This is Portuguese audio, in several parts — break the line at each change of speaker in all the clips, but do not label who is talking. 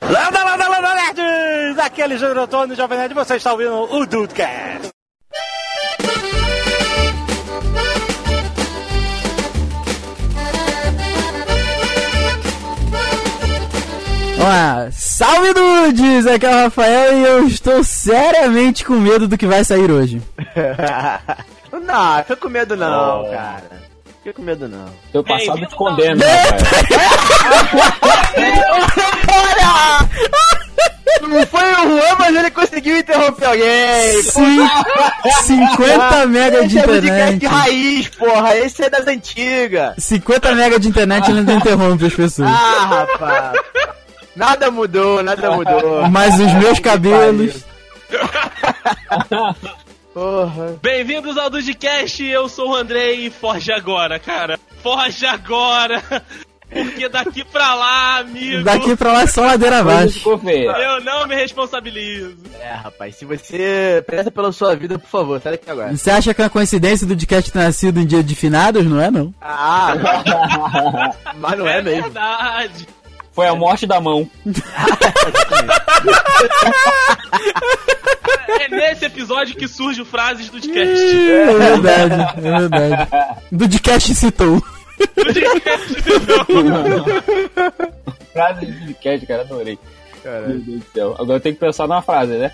Landa, landa, landa, nerds! Aqui é Alexandre Antônio, Jovem Nerd, você está ouvindo o Dudecast.
Vamos lá. Salve dudes! Aqui é o Rafael e eu estou seriamente com medo do que vai sair hoje.
não, fica com medo
Oh.
não, cara. Fica com medo não.
Teu passado te condena, rapaz.
Não foi o Juan, mas ele conseguiu interromper alguém.
Cin- 50 mega de
Esse é o podcast
internet.
de raiz, porra. Esse é das antigas.
50 mega de internet ele não interrompe as pessoas.
Ah, rapaz. Nada mudou, nada mudou.
Mas os meus cabelos.
Porra.
Bem-vindos ao Dudcast, eu sou o Andrei e foge agora, cara. Foge agora! Porque daqui pra lá, amigo,
Daqui pra lá é só ladeira
Mas
abaixo.
ficou feio.
eu não me responsabilizo.
É, rapaz, se você presta pela sua vida, por favor, sai daqui agora.
Você acha que é uma coincidência do podcast ter nascido em dia de finados? Não é, não?
Ah, mas não é mesmo.
verdade.
Foi a morte da mão.
É nesse episódio que surge o Frases do Dudcast.
É verdade, é verdade. Dudcast citou.
Frase de podcast, cara, adorei. Meu Deus do céu. Agora eu tenho que pensar numa frase, né?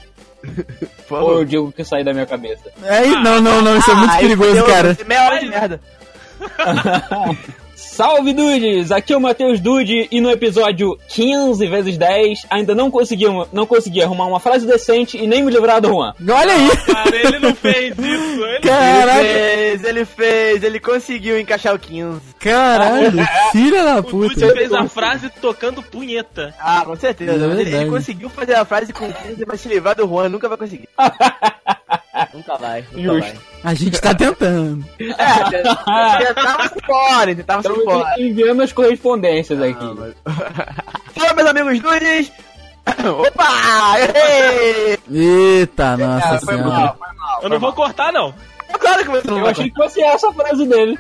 Ou eu digo que sair da minha cabeça.
Aí, não, não, não, isso é muito
Aí
perigoso,
fudeu,
cara.
Meia hora de merda.
Salve Dudes! Aqui é o Matheus Dude e no episódio 15 vezes 10 ainda não consegui, não consegui arrumar uma frase decente e nem me livrar do Juan.
Olha aí!
Cara, ele não fez isso. Ele
Ele
Caraca,
fez, ele fez, ele conseguiu encaixar o 15.
caralho, filha da
o Dude
puta.
fez a frase tocando punheta.
Ah, com certeza.
É
Ele- ele,
verdade.
conseguiu fazer a frase com 15, mas se livrar do Juan nunca vai conseguir. nunca vai, nunca
Justo.
vai.
A gente tá tentando.
É, tentava se fora, tentava se
Estamos
fora.
Então, enviando as correspondências aqui.
Fala, meus amigos dudes! Opa! Ei!
Eita, nossa
Cara, foi
senhora.
mal.
Eu não vou cortar, não.
Claro que você não
Eu
vai.
achei que fosse essa a frase dele.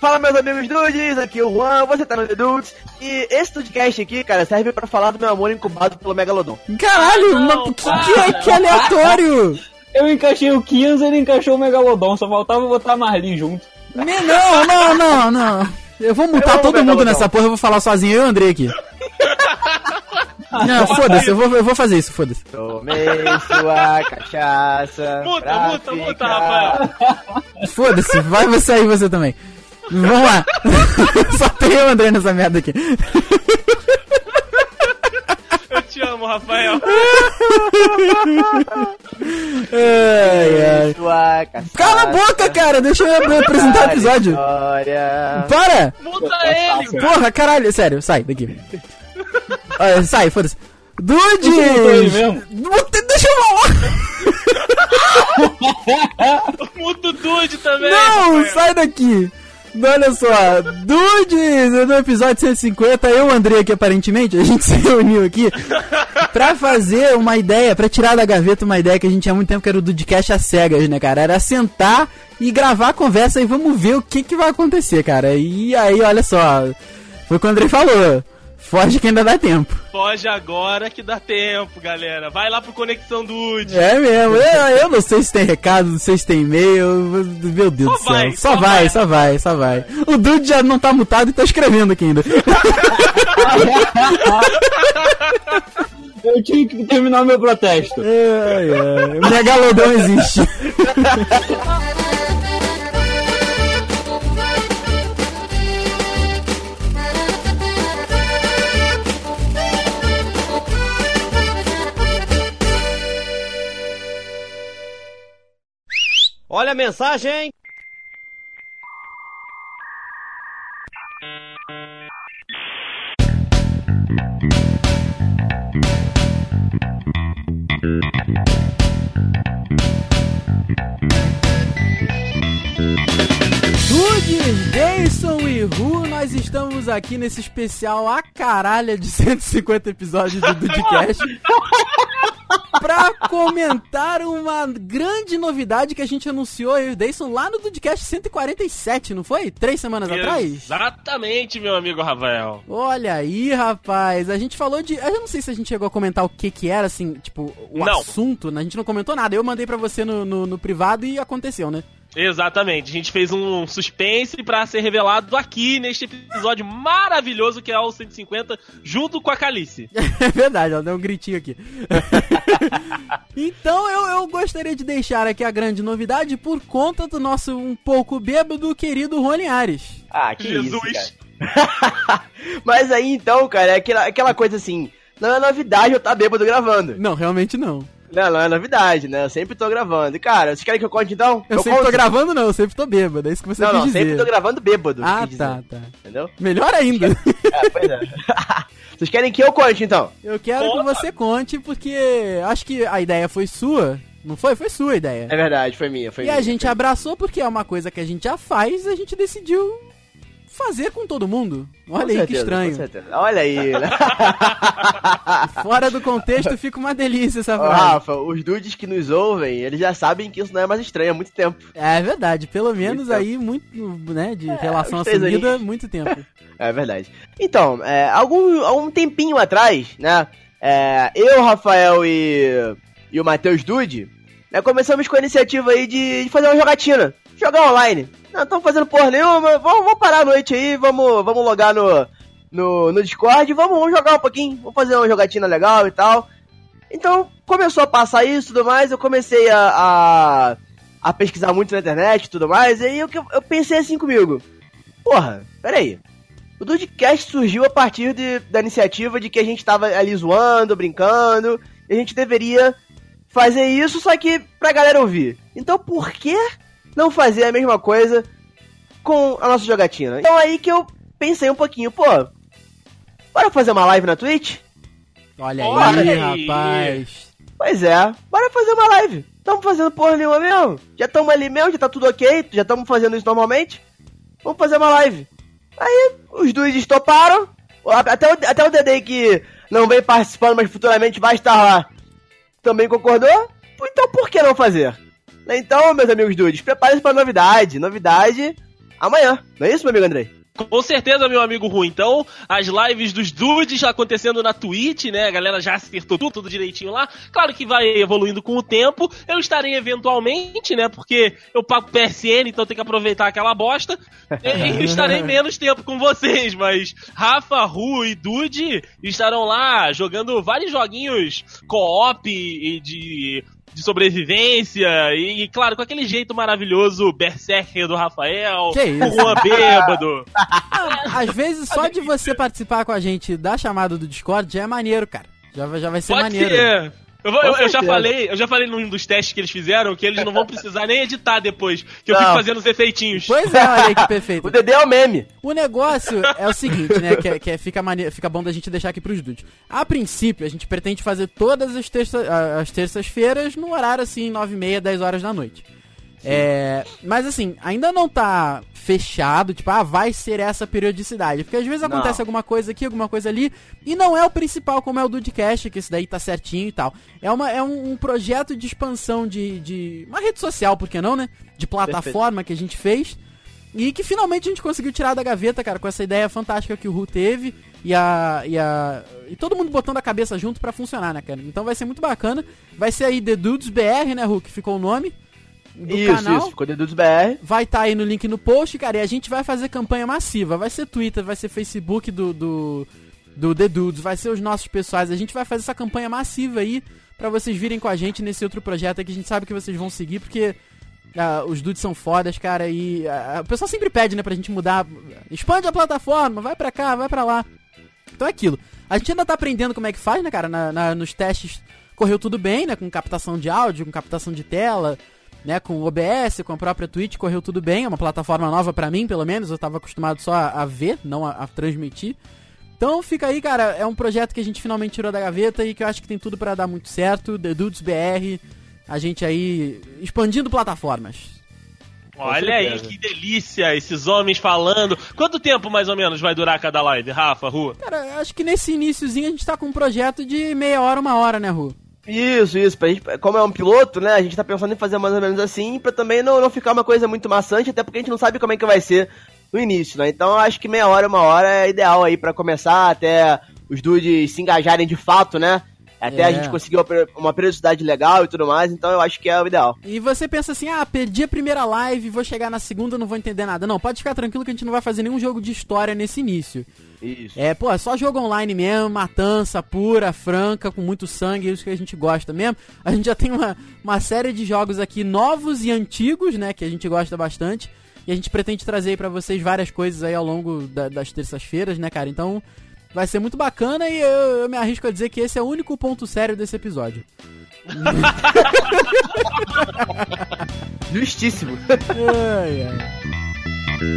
Fala, meus amigos dudes, aqui é o Juan, você tá no The Dudes. E esse podcast aqui, cara, serve pra falar do meu amor incubado pelo Megalodon.
Caralho,
Não,
mas que,
para.
que, é- que aleatório!
Eu encaixei o 15 ele encaixou o Megalodon, só faltava botar a Marli junto.
Me- Não, não, não, não. Eu vou mutar
Eu vou
todo
pegar
mundo
o
nessa
botão.
porra, eu vou falar sozinho, eu e o Andrei aqui. Não, foda-se, eu vou, eu vou fazer isso, foda-se.
Tomei sua cachaça.
Muta,
pra
muta, muta,
ficar.
Rafael.
Foda-se, vai você aí você também. Vamos lá. Só tem eu e o Andrei nessa merda aqui.
Eu te amo, Rafael.
Ai, ai.
Sua cachaça.
Cala a boca, cara, deixa eu apresentar o episódio.
História.
Para!
Muta ele.
Porra, caralho, sério, sai daqui. Olha, sai, foda-se. Dudes!
Você mutou ele mesmo?
Mutei- Deixa eu falar!
Muta o Dude
É,
também.
Não,
Rafael.
sai daqui! Olha só, Dudes! No episódio 150, eu e o André aqui, aparentemente, a gente se reuniu aqui pra fazer uma ideia, pra tirar da gaveta uma ideia que a gente tinha há muito tempo, que era o Dudcast às cegas, né, cara? Era sentar e gravar a conversa e vamos ver o que que vai acontecer, cara. E aí, olha só, foi o que o André falou, foge que ainda dá tempo.
Foge agora que dá tempo, galera. Vai lá pro Conexão Dude.
É mesmo, eu, eu não sei se tem recado, não sei se tem e-mail, meu Deus
Só
do céu.
vai,
só,
só
vai,
vai.
só vai, só vai. O Dude já não tá mutado e tá escrevendo aqui ainda.
Eu tinha que terminar meu protesto.
ai, ai. O Megalodão existe.
Olha a mensagem!
Dudes, Jason e Ru, nós estamos aqui nesse especial a caralha de 150 episódios do Dudecast. pra comentar uma grande novidade que a gente anunciou, eu e o Dayson, lá no Dudcast 147, não foi? Três semanas atrás?
Exatamente, meu amigo Rafael.
Olha aí, rapaz, a gente falou de. Eu não sei se a gente chegou a comentar o que que era, assim, tipo, o
Não.
assunto, né? A gente não comentou nada. Eu mandei pra você no, no, no privado e aconteceu, né?
Exatamente. A gente fez um suspense pra ser revelado aqui neste episódio maravilhoso que é o 150, junto com a Calice.
É verdade, ela deu um gritinho aqui. então eu, eu gostaria de deixar aqui a grande novidade por conta do nosso um pouco bêbado querido Rony Ares.
Ah, que
Jesus.
isso, cara. Mas aí então, cara, é aquela, aquela coisa assim, não é novidade eu tá bêbado gravando.
Não, realmente não.
Não, não é novidade, né? Eu sempre tô gravando. E, cara, vocês querem que eu conte então?
Eu, sempre tô
conto.
gravando, não, eu sempre tô bêbado, é isso que você
Não,
quis
não,
dizer.
sempre tô gravando bêbado.
Ah,
quis
tá,
dizer,
tá.
Entendeu?
Melhor ainda.
É, pois é. vocês querem que eu conte então?
Eu quero que você conte, porque acho que a ideia foi sua, não foi? Foi sua a ideia.
É verdade, foi minha, foi
E
minha.
a gente abraçou porque é uma coisa que a gente já faz e a gente decidiu fazer com todo mundo.
Com
Olha aí que
certeza, com
estranho.
certeza. Olha aí, né?
Fora do contexto fica uma delícia essa
Ô,
frase.
Rafa, os dudes que nos ouvem, eles já sabem que isso não é mais estranho há muito tempo.
É verdade, pelo menos
Então. É,
aí muito, né, de relação
os três
assumida, muito tempo.
É verdade. Então, é, algum, algum tempinho atrás, né? é, eu, Rafael e, e o Matheus Dude, né, começamos com a iniciativa aí de, de fazer uma jogatina. Jogar online. Não estamos fazendo porra nenhuma, vamos, vamos parar a noite aí, vamos, vamos logar no, no, no Discord, vamos, vamos jogar um pouquinho, vamos fazer uma jogatina legal e tal. Então, começou a passar isso e tudo mais, eu comecei a, a, a pesquisar muito na internet e tudo mais, e aí eu, eu pensei assim comigo, porra, peraí, o Dudecast surgiu a partir de- da iniciativa de que a gente tava ali zoando, brincando, e a gente deveria fazer isso, só que pra galera ouvir. Então por que não fazer a mesma coisa com a nossa jogatina? Então aí que eu pensei um pouquinho, pô, bora fazer uma live na Twitch?
Olha aí,
Olha aí.
rapaz.
Pois é, bora fazer uma live. Tamo fazendo porra nenhuma mesmo. Já tamo ali mesmo, já tá tudo ok, já tamo fazendo isso normalmente. Vamos fazer uma live. Aí os dois estoparam. Até o, até o Dedei que não vem participando, mas futuramente vai estar lá. Também concordou? Então por que não fazer? Então, meus amigos dudes, preparem-se pra novidade. Novidade amanhã. Não é isso, meu amigo Andrei?
Com certeza, meu amigo Rui. Então, as lives dos dudes acontecendo na Twitch, né? A galera já acertou tudo, tudo direitinho lá. Claro que vai evoluindo com o tempo. Eu estarei eventualmente, né? Porque eu pago PSN, então tem que aproveitar aquela bosta. E estarei menos tempo com vocês, mas Rafa, Rui e Dude estarão lá jogando vários joguinhos co-op e de de sobrevivência e, e, claro, com aquele jeito maravilhoso berserker do Rafael,
Que isso?
o Juan bêbado.
Às vezes só de você participar com a gente da chamada do Discord já é maneiro, cara. Já, vai- já vai ser
Pode
é maneiro.
ser. Eu, vou- eu- eu já
certeza.
falei, eu já falei num dos testes que eles fizeram que eles não vão precisar nem editar depois, que eu
Não.
fico fazendo os efeitinhos.
Pois é, olha aí que
O
perfeito.
Dedê é o meme.
O negócio é o seguinte, né? Que, é- que é- fica, mane... fica bom da gente deixar aqui pros dudes. A princípio, a gente pretende fazer todas as, terça... a- as terças-feiras no horário assim, 9 e meia, 10 horas da noite. É, mas assim, ainda não tá fechado, tipo, ah, vai ser essa periodicidade. Porque às vezes acontece alguma coisa aqui, alguma coisa ali, e não é o principal, como é o Dudcast, que esse daí tá certinho e tal. É, uma, é um, um projeto de expansão de, de. Uma rede social, por que não, né? De plataforma que a gente fez. E que finalmente a gente conseguiu tirar da gaveta, cara, com essa ideia fantástica que o Ru teve e a. e a. E todo mundo botando a cabeça junto pra funcionar, né, cara? Então vai ser muito bacana. Vai ser aí The Dudes BR, né, Ru? Que ficou o nome do
isso,
canal.
isso. Ficou Dedê dos BR.
Vai estar aí no link no post, cara, e a gente vai fazer campanha massiva. Vai ser Twitter, vai ser Facebook do, do, do The Dudes, vai ser os nossos pessoais. A gente vai fazer essa campanha massiva aí pra vocês virem com a gente nesse outro projeto aí que a gente sabe que vocês vão seguir, porque ah, os dudes são fodas, cara, e ah, o pessoal sempre pede, né, pra gente mudar. Expande a plataforma, vai pra cá, vai pra lá. Então é aquilo. A gente ainda tá aprendendo como é que faz, né, cara? Na- na- nos testes correu tudo bem, né? Com captação de áudio, com captação de tela, né? Com o OBS, com a própria Twitch, correu tudo bem. É uma plataforma nova pra mim, pelo menos. Eu tava acostumado só a, a ver, não a, a transmitir. Então fica aí, cara. É um projeto que a gente finalmente tirou da gaveta e que eu acho que tem tudo pra dar muito certo. The Dudes BR, a gente aí expandindo plataformas. é.
Olha aí que delícia, esses homens falando. Quanto tempo mais ou menos vai durar cada live, Rafa, Ru?
Cara, eu acho que nesse iníciozinho a gente tá com um projeto de meia hora, uma hora, né, Ru?
Isso, isso. Pra gente, como é um piloto, né? A gente tá pensando em fazer mais ou menos assim, pra também não, não ficar uma coisa muito maçante, até porque a gente não sabe como é que vai ser no início, né? Então acho que meia hora, uma hora é ideal aí pra começar, até os dudes se engajarem de fato, né? Até a
É.
gente conseguir uma per- uma periodicidade legal e tudo mais, então eu acho que é o ideal.
E você pensa assim, ah, perdi a primeira live, vou chegar na segunda, não vou entender nada. Não, pode ficar tranquilo que a gente não vai fazer nenhum jogo de história nesse início.
Isso.
É, pô, é só jogo online mesmo, matança pura, franca, com muito sangue, é isso que a gente gosta mesmo. A gente já tem uma, uma série de jogos aqui novos e antigos, né, que a gente gosta bastante. E a gente pretende trazer aí pra vocês várias coisas aí ao longo da- das terças-feiras, né, cara? Então vai ser muito bacana e eu, eu me arrisco a dizer que esse é o único ponto sério desse episódio.
Justíssimo.
Ai, ai.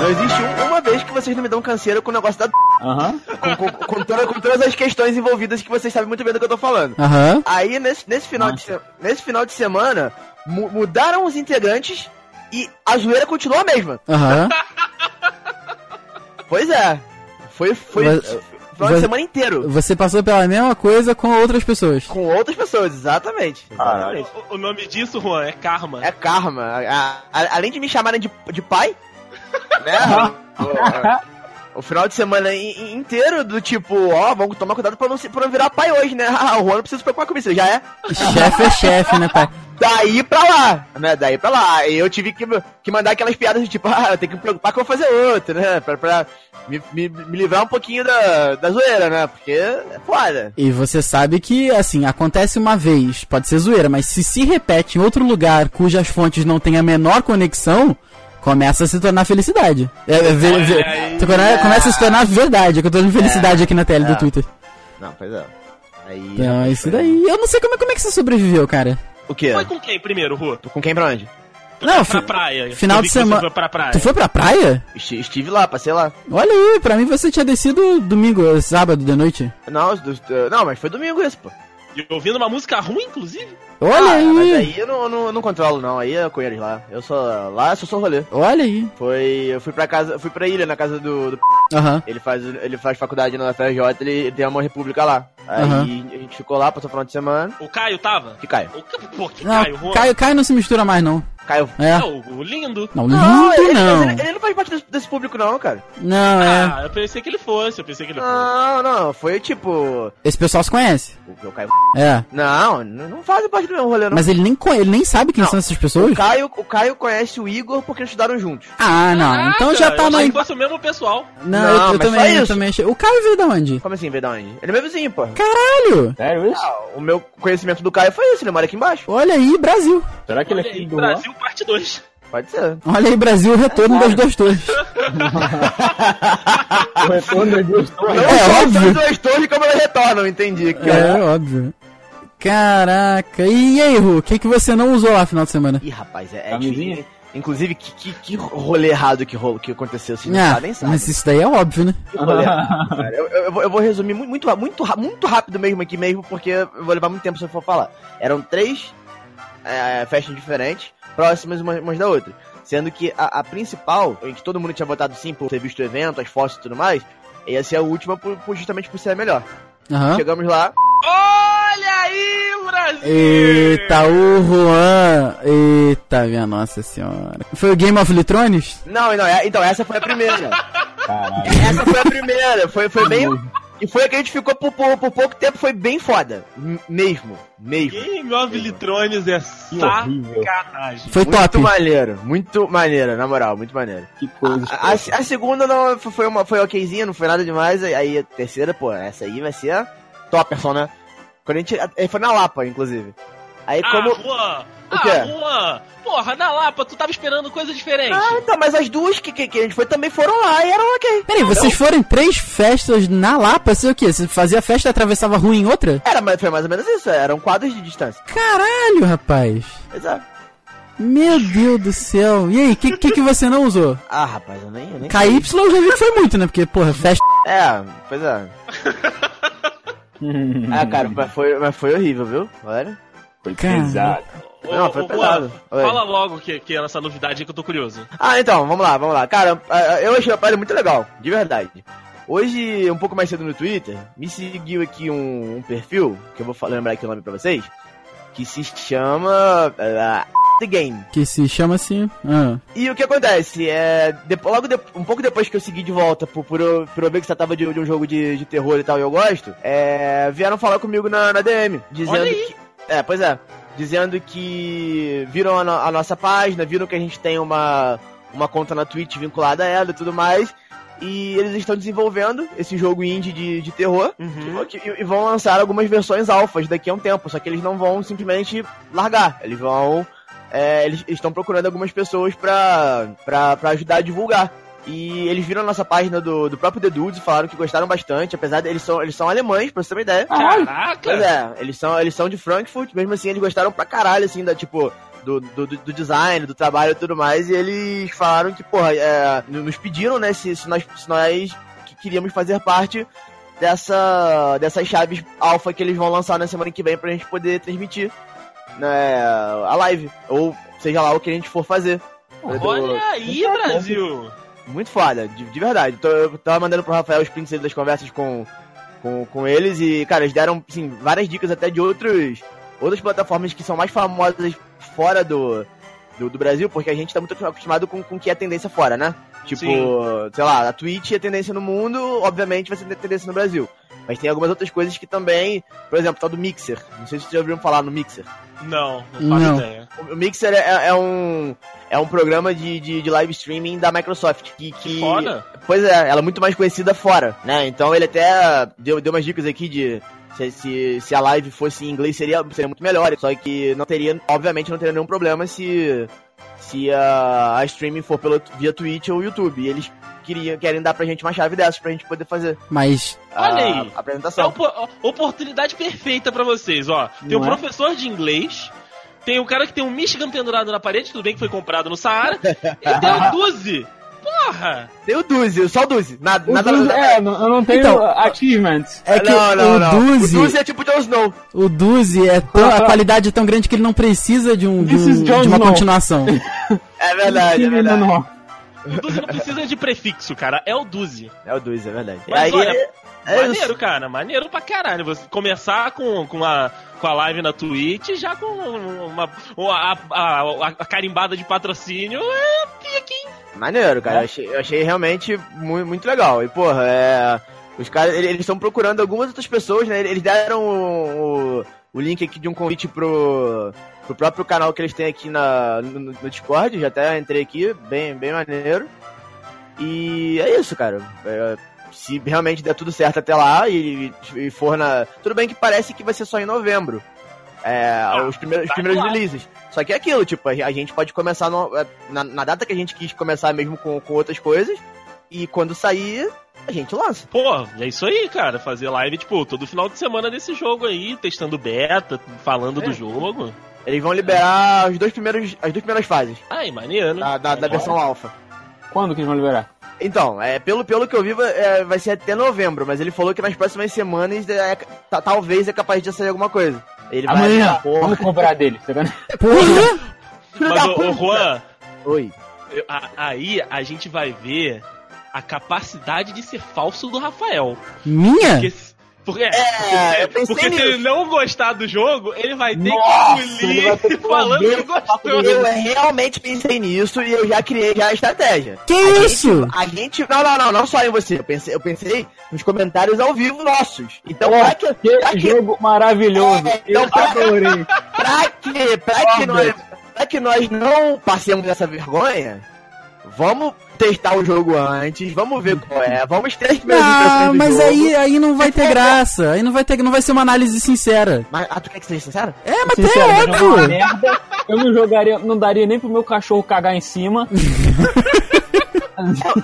Não existe um- uma vez que vocês não me dão canseiro com o negócio da. d-
Aham.
Com, com, com toda- com todas as questões envolvidas que vocês sabem muito bem do que eu tô falando.
Aham.
Aí, nesse, nesse, final, de, se- nesse final de semana, mu- mudaram os integrantes e a zoeira continuou a mesma.
Aham.
Pois é. Foi. Foi.
Mas-
final
mas-
de semana inteiro.
Você passou pela mesma coisa com outras pessoas.
Com outras pessoas, exatamente.
Caralho.
Exatamente.
O, o nome disso, Juan, é karma.
É karma. A- a- além de me chamarem de, de pai, né? o, o final de semana i- i- inteiro do tipo, ó, vamos tomar cuidado pra não, se- pra não virar pai hoje, né? Ah, o Juan não precisa se preocupar com isso, ele já é.
chefe é chefe, né, pai?
Daí pra lá, né? Daí pra lá. Aí Eu tive que, que mandar aquelas piadas de tipo, ah, eu tenho que me preocupar que eu vou fazer outro, né? Pra, pra me, me- me livrar um pouquinho da, da zoeira, né? Porque é foda.
E você sabe que, assim, acontece uma vez, pode ser zoeira, mas se se repete em outro lugar cujas fontes não têm a menor conexão, começa a se tornar felicidade. É, é, ver- ver- se torna- começa a se tornar verdade, é que eu tô dando felicidade aqui na tela
É.
do Twitter.
Não, pois é. Aí.
Então é isso daí. Eu não sei como, é- como é que você sobreviveu, cara.
O quê?
Foi com quem primeiro, Juan?
Com quem pra onde?
Não, fi-
Pra praia.
final
Eu vi
de
que você
semana-
Foi pra praia.
tu foi pra praia?
Esti- Estive lá, passei lá.
Olha aí, pra mim você tinha descido domingo, sábado de noite.
Não, os dos- eh, não, mas foi domingo isso, pô.
E ouvindo uma música ruim, inclusive?
Olha
Ah, Mas
aí,
aí eu não, não, não controlo, não. Aí é com eles lá. Eu sou. Lá eu só sou rolê.
olha aí.
Foi. Eu fui pra casa. Fui pra ilha, na casa do. do p****.
Aham.
ele, faz, ele faz faculdade na FRJ, ele, ele tem uma república lá. Aí
Aham.
a gente ficou lá, passou o final de semana.
O Caio tava?
Que Caio?
O, Ca- pô, que
Não,
Caio, Juan?
Ah, Caio, Caio não se mistura mais, não.
Caio.
É.
É, o, o lindo.
Não,
ele,
lindo
mas
não.
Ele, ele não faz parte desse, desse público, não, cara.
Não, é. Ah,
Ah, eu pensei que ele fosse, eu pensei que ele fosse.
Não, não, foi tipo.
Esse pessoal se conhece.
O, o Caio.
É.
Não, não não fazem parte do mesmo rolê, não.
Mas ele nem, conhe- ele nem sabe quem
Não.
são essas
O
pessoas?
Caio, o Caio conhece o Igor porque eles estudaram juntos.
Ah, não. então já tá
eu
na.
achei que fosse o mesmo pessoal.
Não,
Não,
eu, eu
mas só
também, eu
isso.
também achei. O Caio veio da onde?
Como assim, veio da onde? Ele é meu vizinho, pô.
Caralho!
Sério isso?
Ah, o meu conhecimento do Caio foi isso, ele mora aqui embaixo.
Olha aí, Brasil.
Será que ele
Olha
é
aí,
filho do Juan?
Brasil, parte 2.
Pode ser.
Olha aí, Brasil, o retorno das duas torres.
Ah, O retorno das duas
Não
torres.
só
óbvio.
os dois torres como eles retornam, entendi. Que
É, óbvio. Caraca. E aí, Ru, o que, que você não usou lá no final de semana?
Ih, rapaz, é, é
Camisinha?
difícil. Inclusive, que, que, que rolê errado que, rolo, que aconteceu, se não
Ah,
sabe, nem sabe.
mas isso daí é óbvio, né?
Que rolê errado, cara. Eu, eu- eu vou- eu vou resumir mu- muito, ra- muito, ra- muito rápido mesmo aqui mesmo, porque eu vou levar muito tempo se eu for falar. Eram três é, festas diferentes, próximas umas, umas da outra. Sendo que a, a principal, em que todo mundo tinha votado sim por ter visto o evento, as fotos e tudo mais, ia ser a última por, por- justamente por ser a melhor.
Aham.
Chegamos lá,
Olha aí, Brasil!
Eita, o Juan. Eita, minha nossa senhora. Foi o Game of Litrones?
Não, não, é- então, essa foi a primeira.
Caralho. Uhum.
essa foi a primeira. Foi, foi bem. E foi a que a gente ficou por, por, por pouco tempo, foi bem foda. M- mesmo, mesmo.
Game of Litrones é
Que horrível.
sacanagem.
Foi
muito
top.
maneiro, muito maneiro, na moral, muito maneiro.
Que coisa.
A, a- a segunda não, foi- foi, uma, foi okzinha, não foi nada demais. Aí- Aí a terceira, pô, essa aí vai ser a topperson, né? Quando a gente. a- Foi na Lapa, inclusive. Aí
Ah,
como.
Juan!
O quê?
Ah, Juan! Porra, na Lapa, tu tava esperando coisa diferente.
Ah, então, mas as duas que, que, que a gente foi também foram lá e eram ok.
Peraí, vocês foram em três festas na Lapa? Você o quê? Você fazia festa e atravessava a rua em outra?
Era, mais- foi mais ou menos isso, eram quadros de distância.
Caralho, rapaz.
Exato.
Meu Deus do céu. E aí, o que, que, que você não usou?
Ah, rapaz, eu nem. Eu nem...
KY eu já vi que foi muito, né? Porque, porra, festa.
É, pois é. Ah, cara, mas foi, mas foi horrível, viu? Olha.
Foi
Cara.
pesado.
Ô,
Não, foi
ô,
pesado.
Juan,
Oi.
Fala logo que, que é essa novidade aí que eu tô curioso.
Ah, então, vamos lá, vamos lá. Cara, ah, eu achei a parada muito legal, de verdade. Hoje, um pouco mais cedo no Twitter, me seguiu aqui um, um perfil, que eu vou fa- lembrar aqui o nome pra vocês, que se chama ah, The Game.
Que se chama assim. Ah.
E o que acontece? É, depo- logo de- um pouco depois que eu segui de volta, por, por, eu, por eu ver que você tava de, de um jogo de, de terror e tal, e eu gosto, é, vieram falar comigo na, na DM, dizendo
Olha aí.
que. É, pois é. Dizendo que viram a, no- a nossa página, viram que a gente tem uma, uma conta na Twitch vinculada a ela e tudo mais. E eles estão desenvolvendo esse jogo indie de, de terror.
Uhum.
que- E, e vão lançar algumas versões alfas daqui a um tempo. Só que eles não vão simplesmente largar. Eles vão é, eles estão procurando algumas pessoas pra, pra, pra ajudar a divulgar. E eles viram a nossa página do, do próprio The Dudes e falaram que gostaram bastante, apesar de eles são, eles são alemães, pra você ter uma ideia. Pois
Caraca!
é, eles são, eles são de Frankfurt, mesmo assim eles gostaram pra caralho, assim, da, tipo, do, do, do- do design, do trabalho e tudo mais, e eles falaram que, porra, é, n- nos pediram, né, se, se nós, se nós que- queríamos fazer parte dessa, dessas chaves alfa que eles vão lançar na semana que vem pra gente poder transmitir, né, a live, ou seja lá o que a gente for fazer.
Olha aí, Brasil!
Muito foda, de, de verdade. Tô- eu tava mandando pro Rafael os prints aí das conversas com, com, com eles e, cara, eles deram, assim, várias dicas até de outros, outras plataformas que são mais famosas fora do, do, do Brasil, porque a gente tá muito acostumado com com o que é tendência fora, né? Tipo, sei lá, a Twitch é tendência no mundo, obviamente vai ser tendência no Brasil. Mas tem algumas outras coisas que também, por exemplo, tal do Mixer. Não sei se vocês já ouviram falar no Mixer.
Não, não faço
Não.
ideia.
O Mixer é, é um. É um programa de, de, de live streaming da Microsoft. Que, que,
Que foda!
Pois é, ela é muito mais conhecida fora, né? Então ele até deu, deu umas dicas aqui de se, se, se a live fosse em inglês seria, seria muito melhor. Só que não teria, obviamente, não teria nenhum problema se se a, a streaming for pela, via Twitch ou YouTube. E eles queriam, querem dar pra gente uma chave dessas pra gente poder fazer
Mas.
a,
Olha aí.
a
É
apresentação.
uma oportunidade perfeita pra vocês, ó. Tem
Não
um
é?
professor de inglês, tem um cara que tem um Michigan pendurado na parede, tudo bem que foi comprado no Saara, e tem o Duzi. Porra!
Tem o Duzi, só o Duzi. Nada,
O
nada,
Duzi-
nada-
é, não- eu não tenho
Então-
achievements.
É que
não, não,
o
não.
Duzi.
O Duzi é tipo Jon Snow.
O Duzi é tão, a qualidade é tão grande que ele não precisa de, um, de,
This is
um-
Jon
de uma
Snow.
continuação.
É verdade, é
Achievement
verdade.
anual.
O Duzi não precisa de prefixo, cara. É o Duzi.
É o Duzi, é verdade.
Mas
aí,
olha,
é isso.
maneiro, cara. Maneiro pra caralho. Você começar com, com, a, com a live na Twitch, já com uma, uma- a, a- a carimbada de patrocínio, é pique, hein?
Maneiro, cara. Eu, achei, eu achei realmente muito, muito legal. E, porra, é. Os caras, ele- eles estão procurando algumas outras pessoas, né? Eles deram o, o, o link aqui de um convite pro, pro próprio canal que eles têm aqui na, no, no Discord. Já até entrei aqui, bem, bem maneiro. E é isso, cara. É, se realmente der tudo certo até lá e, e for na. Tudo bem que parece que vai ser só em novembro. É, os primeiros, os
tá
primeiros
claro.
releases. Só que é aquilo, tipo, a a gente pode começar no- é, na, na data que a gente quis começar mesmo com, com outras coisas. E quando sair, a gente lança.
Pô, é isso aí, cara. Fazer live, tipo, todo final de semana desse jogo aí, testando beta, falando do jogo.
Eles vão liberar os dois primeiros, as duas primeiras fases
Ai, maneiro.
da, da, da versão alfa.
Quando que eles vão liberar?
Então, é, pelo, pelo que eu vi, vai- é, vai ser até novembro, mas ele falou que nas próximas semanas é, ta- talvez é capaz de sair alguma coisa. Ele vai
Amanhã,
avisar.
vamos comprar dele. tá ligado?
Porra!
Filho
Mas,
da
ô, ô,
puta!
Juan,
Oi.
eu- a- aí a gente vai ver a capacidade de ser falso do Rafael.
Minha?
Porque, se- porque,
É, eu
porque,
pensei
porque se ele
nisso.
não gostar do jogo, ele vai ter
Nossa,
que
ele vai ter que
engolir falando
comer
que
um
gostou.
Eu realmente pensei nisso e eu já criei já a estratégia.
Que isso?
A gente. Não, não, não, não só em você. Eu pensei, eu pensei nos comentários ao vivo nossos. Então,
Nossa,
pra que. Pra
Que
que,
jogo maravilhoso.
É, então
Eu adorei.
pra que, pra que, nós, pra que nós não passemos essa vergonha, vamos testar o jogo antes, vamos ver qual é, vamos ter as primeiras
Ah,
impressões do
mas
jogo.
aí, aí não vai ter graça. Aí não vai ter, não vai ser uma análise sincera.
Mas, ah, tu quer que seja sincero?
É, mas tem
Sincero, eu jogo uma
óbvio.
merda. Eu não jogaria, não daria nem pro meu cachorro cagar em cima.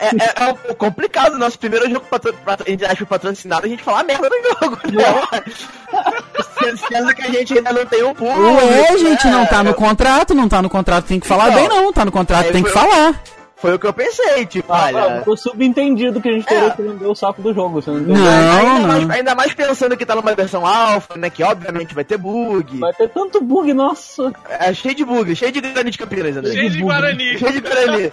É, é, é um pouco complicado o nosso primeiro jogo patro, patro, a gente acha patrocinado a gente falar merda no jogo, né? Sendo que a gente ainda não tem um público.
Ué, gente, não tá no contrato, não tá no contrato, tem que falar
Então,
bem, não. Tá no contrato,
aí
tem que
foi-
falar.
Foi foi o que eu pensei, tipo,
Ah,
olha. É.
ficou subentendido que a gente teria que vender o saco do jogo, você não entendeu?
Não,
ainda,
não.
Mais, ainda mais pensando que tá numa versão alfa, né? Que obviamente vai ter bug.
Vai ter tanto bug, nossa.
É cheio de bug, cheio de grande de Campinas, André.
Cheio de Guarani.
Cheio de Guarani.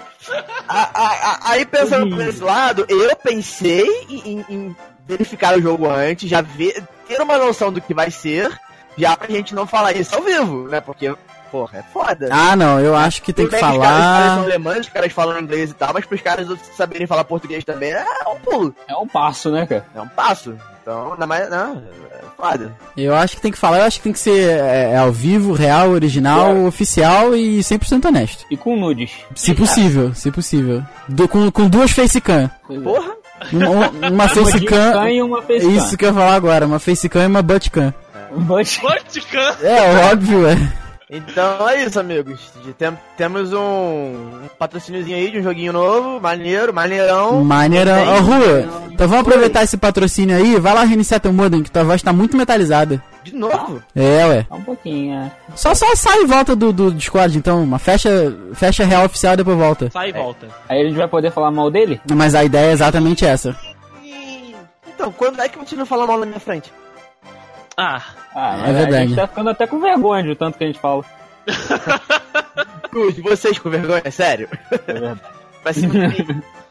A- a- a- aí pensando por esse lado, eu pensei em, em- em verificar o jogo antes, já ver, ter uma noção do que vai ser, já pra gente não falar isso ao vivo, né? Porque, porra, é foda.
Ah, não, eu acho que tem
Tudo
que
bem Os caras, os caras são
falar.
alemães, os caras falam inglês e tal, mas pros caras saberem falar português também é um pulo,
É um passo, né, cara?
é um passo. Então, ainda mais, não, é foda.
Eu acho que tem que falar, eu acho que tem que ser é, ao vivo, real, original, oficial e 100% honesto.
E com nudes.
Se possível, se possível. Do- com, com duas facecam.
Porra,
Uma, uma
Facecam
facecam.
e uma Um facecam.
Isso que eu ia falar agora, uma facecam e uma buttcam.
Mas-
Vatican.
É óbvio, é.
Então é isso, amigos. De- tem- temos um, um patrocíniozinho aí de um joguinho novo, maneiro, maneirão.
Maneira.
Tem.
Ó, Rua, então vamos aproveitar esse patrocínio aí, vai lá reiniciar teu modem, que tua voz tá muito metalizada.
De novo.
É, ué.
Só um pouquinho, é.
Só, só sai e volta do, do Discord, então. Uma fecha, fecha real oficial e depois volta.
Sai e volta.
Aí a gente vai poder falar mal dele?
Mas a ideia é exatamente essa.
Então, quando é que você não fala mal na minha frente?
Ah,
Ah,
É verdade.
A gente tá ficando até com vergonha de tanto que a gente fala.
Cruz, vocês com vergonha, sério?
É verdade.
Vai se fuder.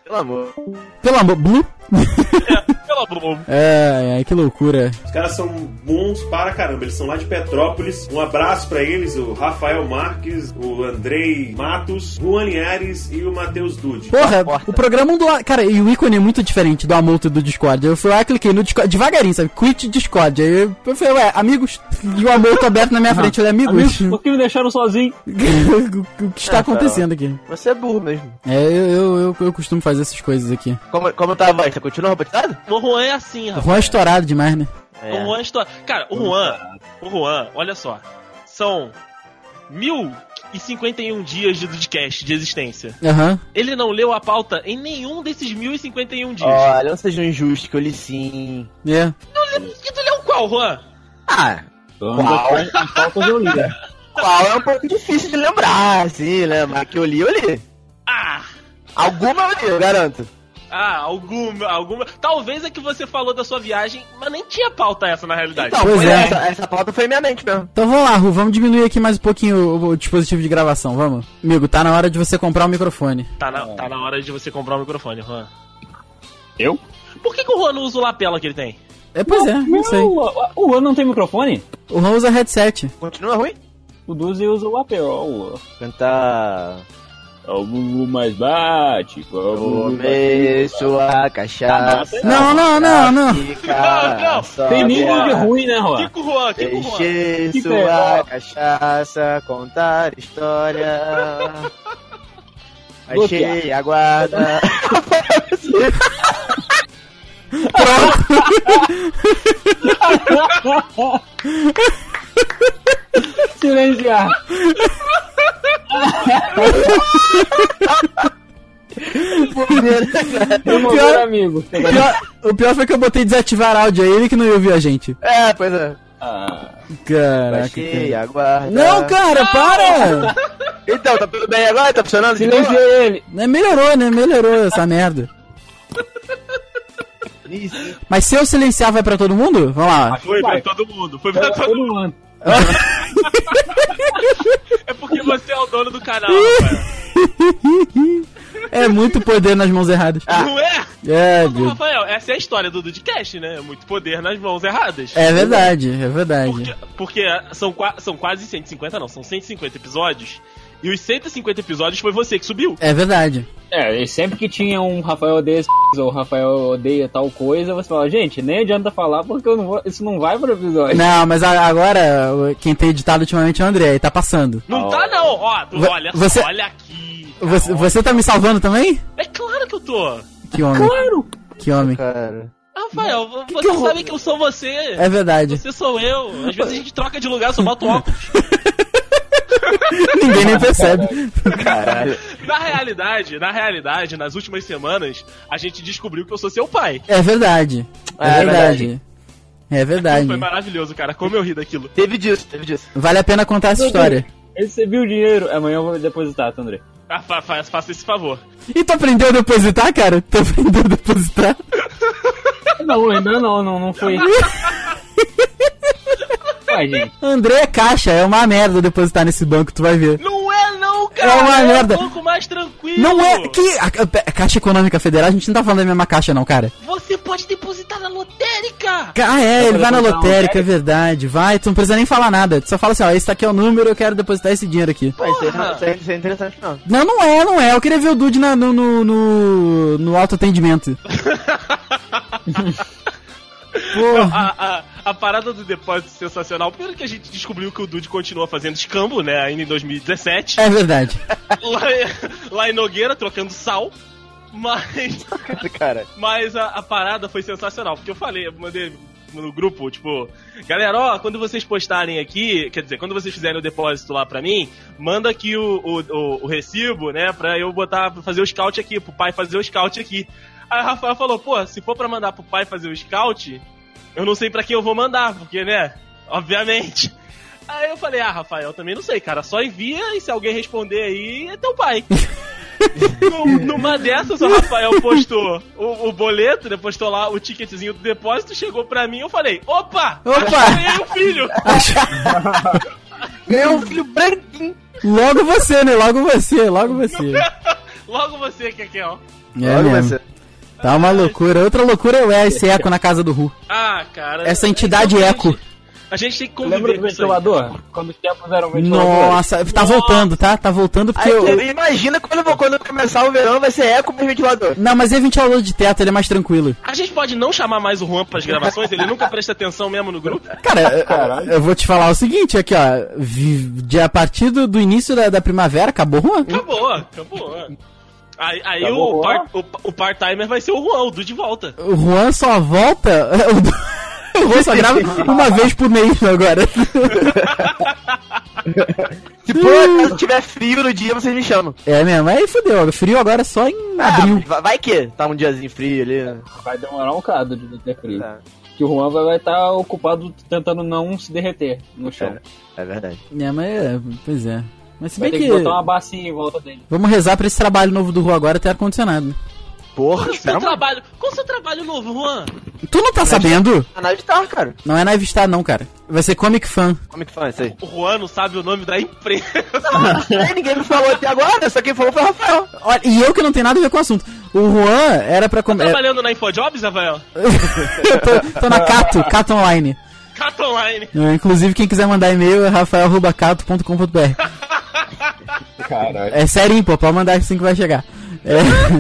Pelo amor.
Pelo amor. Blu?
pelo amor.
É, é, que loucura.
Os caras são bons para caramba. Eles são lá de Petrópolis. Um abraço pra eles, o Rafael Marques, o Andrei Matos, Juan Linhares e o Matheus Dude.
Porra,
porta.
o programa do. Cara, e o ícone é muito diferente do Amolto do Discord. Eu fui lá, cliquei no Discord, devagarinho, sabe? Quit Discord. Aí eu eu falei, ué, amigos. E o Amolto aberto na minha frente. Eu falei, amigos.
Por que me deixaram sozinho?
o que está acontecendo aqui?
Você é burro mesmo.
É, eu, eu, eu, eu costumo fazer essas coisas aqui.
Como, como tá a voz? Tá continuando robotizado?
O Juan é assim,
O
rapaz.
Juan é estourado demais, né?
O Juan é estoura. Cara, o Juan, o Juan, olha só. São 1051 dias de podcast de existência.
Aham.
Ele não leu a pauta em nenhum desses 1051 dias.
Olha, não seja injusto que eu li sim.
É.
E tu leu qual, Juan?
Ah,
Qual? As faltas eu li.
qual é um pouco difícil de lembrar, assim, né? Mas que eu li, eu li.
Ah!
Alguma eu li, eu garanto.
Ah, alguma, alguma. Talvez é que você falou da sua viagem, mas nem tinha pauta essa na realidade.
Então,
Pois
foi
é.
essa, essa pauta foi minha mente mesmo.
Então vamos lá, Ru, vamos diminuir aqui mais um pouquinho o, o dispositivo de gravação, vamos? Amigo, tá na hora de você comprar o microfone.
Tá na, tá na hora de você comprar um microfone, Juan.
Eu?
Por que, que o Juan não usa o lapela que ele tem?
É, pois é, não sei.
O o Juan não tem microfone?
O Juan usa headset.
Continua ruim?
O Duzi usa o Apple. ó, o-
Cantar.
É o Gugu mais bate. é o Gugu mais-
Tomei sua cachaça.
Não, não, não, não.
Fica
Não, não.
só
Tem nível de
pra-
ruim, né, Juan?
Kiko Juan, Kiko Juan.
Deixei
Que
sua
pena.
cachaça contar história. Achei
Bloquear.
a guarda.
Silenciar. Meu amigo.
O pior, o pior foi que eu botei desativar áudio aí, ele que não ia ouvir a gente.
é, pois é.
Ah,
Caraca.
Achei
Cara.
a guarda.
Não, cara, para!
Então, tá tudo bem agora? Tá funcionando? de boa?
silenciei ele.
Né, Melhorou, né? Melhorou essa merda.
Isso.
Mas se eu silenciar, vai pra todo mundo? Vamos lá.
Foi pra todo mundo. Foi pra todo mundo.
Todo mundo.
É porque você é o dono do canal, rapaz.
É muito poder nas mãos erradas.
Não é?
É,
Ô,
Deus.
Rafael, essa é a história do Dudcast, né? Muito poder nas mãos erradas.
É verdade, é verdade.
Porque, porque são, qua- são quase 150, não, são 150 episódios. E os 150 episódios foi você que subiu.
É verdade.
É, e sempre que tinha um Rafael odeia esse ou Rafael odeia tal coisa, você fala, gente, nem adianta falar porque eu não vou- isso não vai pro episódio.
Não, mas a- agora o- quem tem editado ultimamente é o André, e tá passando.
Não
Ah,
tá, não. Ó, tu-
Vo-
olha,
você-
olha aqui.
Você, você tá me salvando também?
É claro que eu tô.
Que homem. Claro! Que homem.
Cara.
Rafael, vo-
que
você
eu-
sabe que eu sou você.
É verdade.
Você sou eu. Às vezes a gente troca de lugar, eu só boto um óculos.
Ninguém nem percebe.
Caralho.
na realidade, na realidade, nas últimas semanas, a gente descobriu que eu sou seu pai.
É verdade. É,
É
verdade. É
Foi
verdade.
maravilhoso, cara. Como eu ri daquilo.
Teve disso, teve disso.
Vale a pena contar essa
Meu
história.
Recebi o dinheiro, amanhã eu vou depositar, tá, André.
Ah, fa- fa- faça esse favor.
E tu aprendeu a depositar, cara? Tu aprendeu a depositar?
Não, ainda não, não, não foi. Ué, gente,
André é caixa, é uma merda depositar nesse banco, tu vai ver.
Não é não, cara!
uma merda.
um pouco mais tranquilo.
Não é que a, a- a Caixa Econômica Federal, a gente não tá falando da mesma caixa não, cara.
Você pode depositar na lotérica!
Ah, é,
Eu
ele vai na
vou comprar um
lotérica, é
Jack.
verdade. Vai, tu não precisa nem falar nada. Tu só fala assim, ó, esse aqui é o número, eu quero depositar esse dinheiro aqui.
Pô, isso, aí não,
Porra!
isso aí- isso aí não é interessante, não.
Não, não é, não é. Eu queria ver o Dude na- no, no, no, no autoatendimento. Porra.
A, a- a parada do depósito é sensacional. Primeiro que a gente descobriu que o Dude continua fazendo escambo, né? Ainda em 2017.
É verdade.
lá, lá em Nogueira, trocando sal. Mas,
Cara,
mas a, a parada foi sensacional. Porque eu falei, eu mandei no grupo, tipo, galera, ó, quando vocês postarem aqui, quer dizer, quando vocês fizerem o depósito lá pra mim, manda aqui o, o, o- o recibo, né, pra eu botar, pra fazer o scout aqui, pro pai fazer o scout aqui. Aí o Rafael falou, pô, se for pra mandar pro pai fazer o scout, eu não sei pra quem eu vou mandar, porque, né, obviamente. Aí eu falei, ah, Rafael, também não sei, cara, só envia e se alguém responder aí, é teu pai. Num- Numa dessas, o Rafael postou o, o boleto, né? Postou lá o ticketzinho do depósito, chegou pra mim e eu falei: opa!
Opa!
achei o filho!
ganhou um filho branquinho.
Logo você, né? Logo você, logo você.
Logo você, Kekel.
É mesmo. Tá uma loucura. Outra loucura é esse eco na casa do Ru.
Ah, cara.
Essa entidade
a gente-
eco.
A gente tem que
lembra
conviver
do
com isso. aí.
ventilador? Quando os tempos eram ventiladores.
Nossa, tá voltando, tá? Tá voltando porque
Aí,
eu...
tu Imagina quando, quando começar o verão, vai ser eco pro ventilador.
Não, mas é ventilador de teto, ele é mais tranquilo.
A gente pode não chamar mais o Juan pras gravações, ele nunca presta atenção mesmo no grupo.
Cara,
Caralho.
eu, eu vou te falar o seguinte aqui, ó. Vi- de- a partir do, do início da, da primavera, acabou Juan.
Acabou, acabou. Aí, aí
Acabou,
o,
ó.
par- o, o part-timer vai ser o Juan, o Du de volta.
O Juan só volta. O, du- o Juan só grava uma vez por mês agora.
Se por acaso tiver frio no dia, vocês me chamam.
É mesmo, aí fodeu. Frio agora é só em
Ah,
abril.
vai- vai que tá um diazinho frio ali. né?
Vai demorar um bocado de ter frio.
Tá.
Que o Juan vai- vai estar ocupado tentando não se derreter no chão.
É verdade.
É, mas é, pois é. Mas se
Vai
bem
ter
que.
que botar uma bacinha em volta dele.
Vamos rezar pra esse trabalho novo do Juan agora ter ar-condicionado.
Qual
Porra,
o seu
espera uma
trabalho? Qual o seu trabalho novo, Juan?
Tu não tá sabendo?
canal de tar, cara.
Não é na Star, não, cara. Vai ser Comic Fan.
Como é que faz isso aí?
O Juan não sabe o nome da empresa. tá
Aí Ah, ninguém me falou até agora, só quem falou foi o Rafael.
Olha, e eu que não tenho nada a ver com o assunto. O Juan era pra comer.
Trabalhando na Infojobs, Rafael?
tô, tô na Cato, Cato Online.
Cato Online.
É, Inclusive, quem quiser mandar e-mail é rafael.cato.com.br.
Caralho.
É sério, pô, pode mandar assim que vai chegar. É,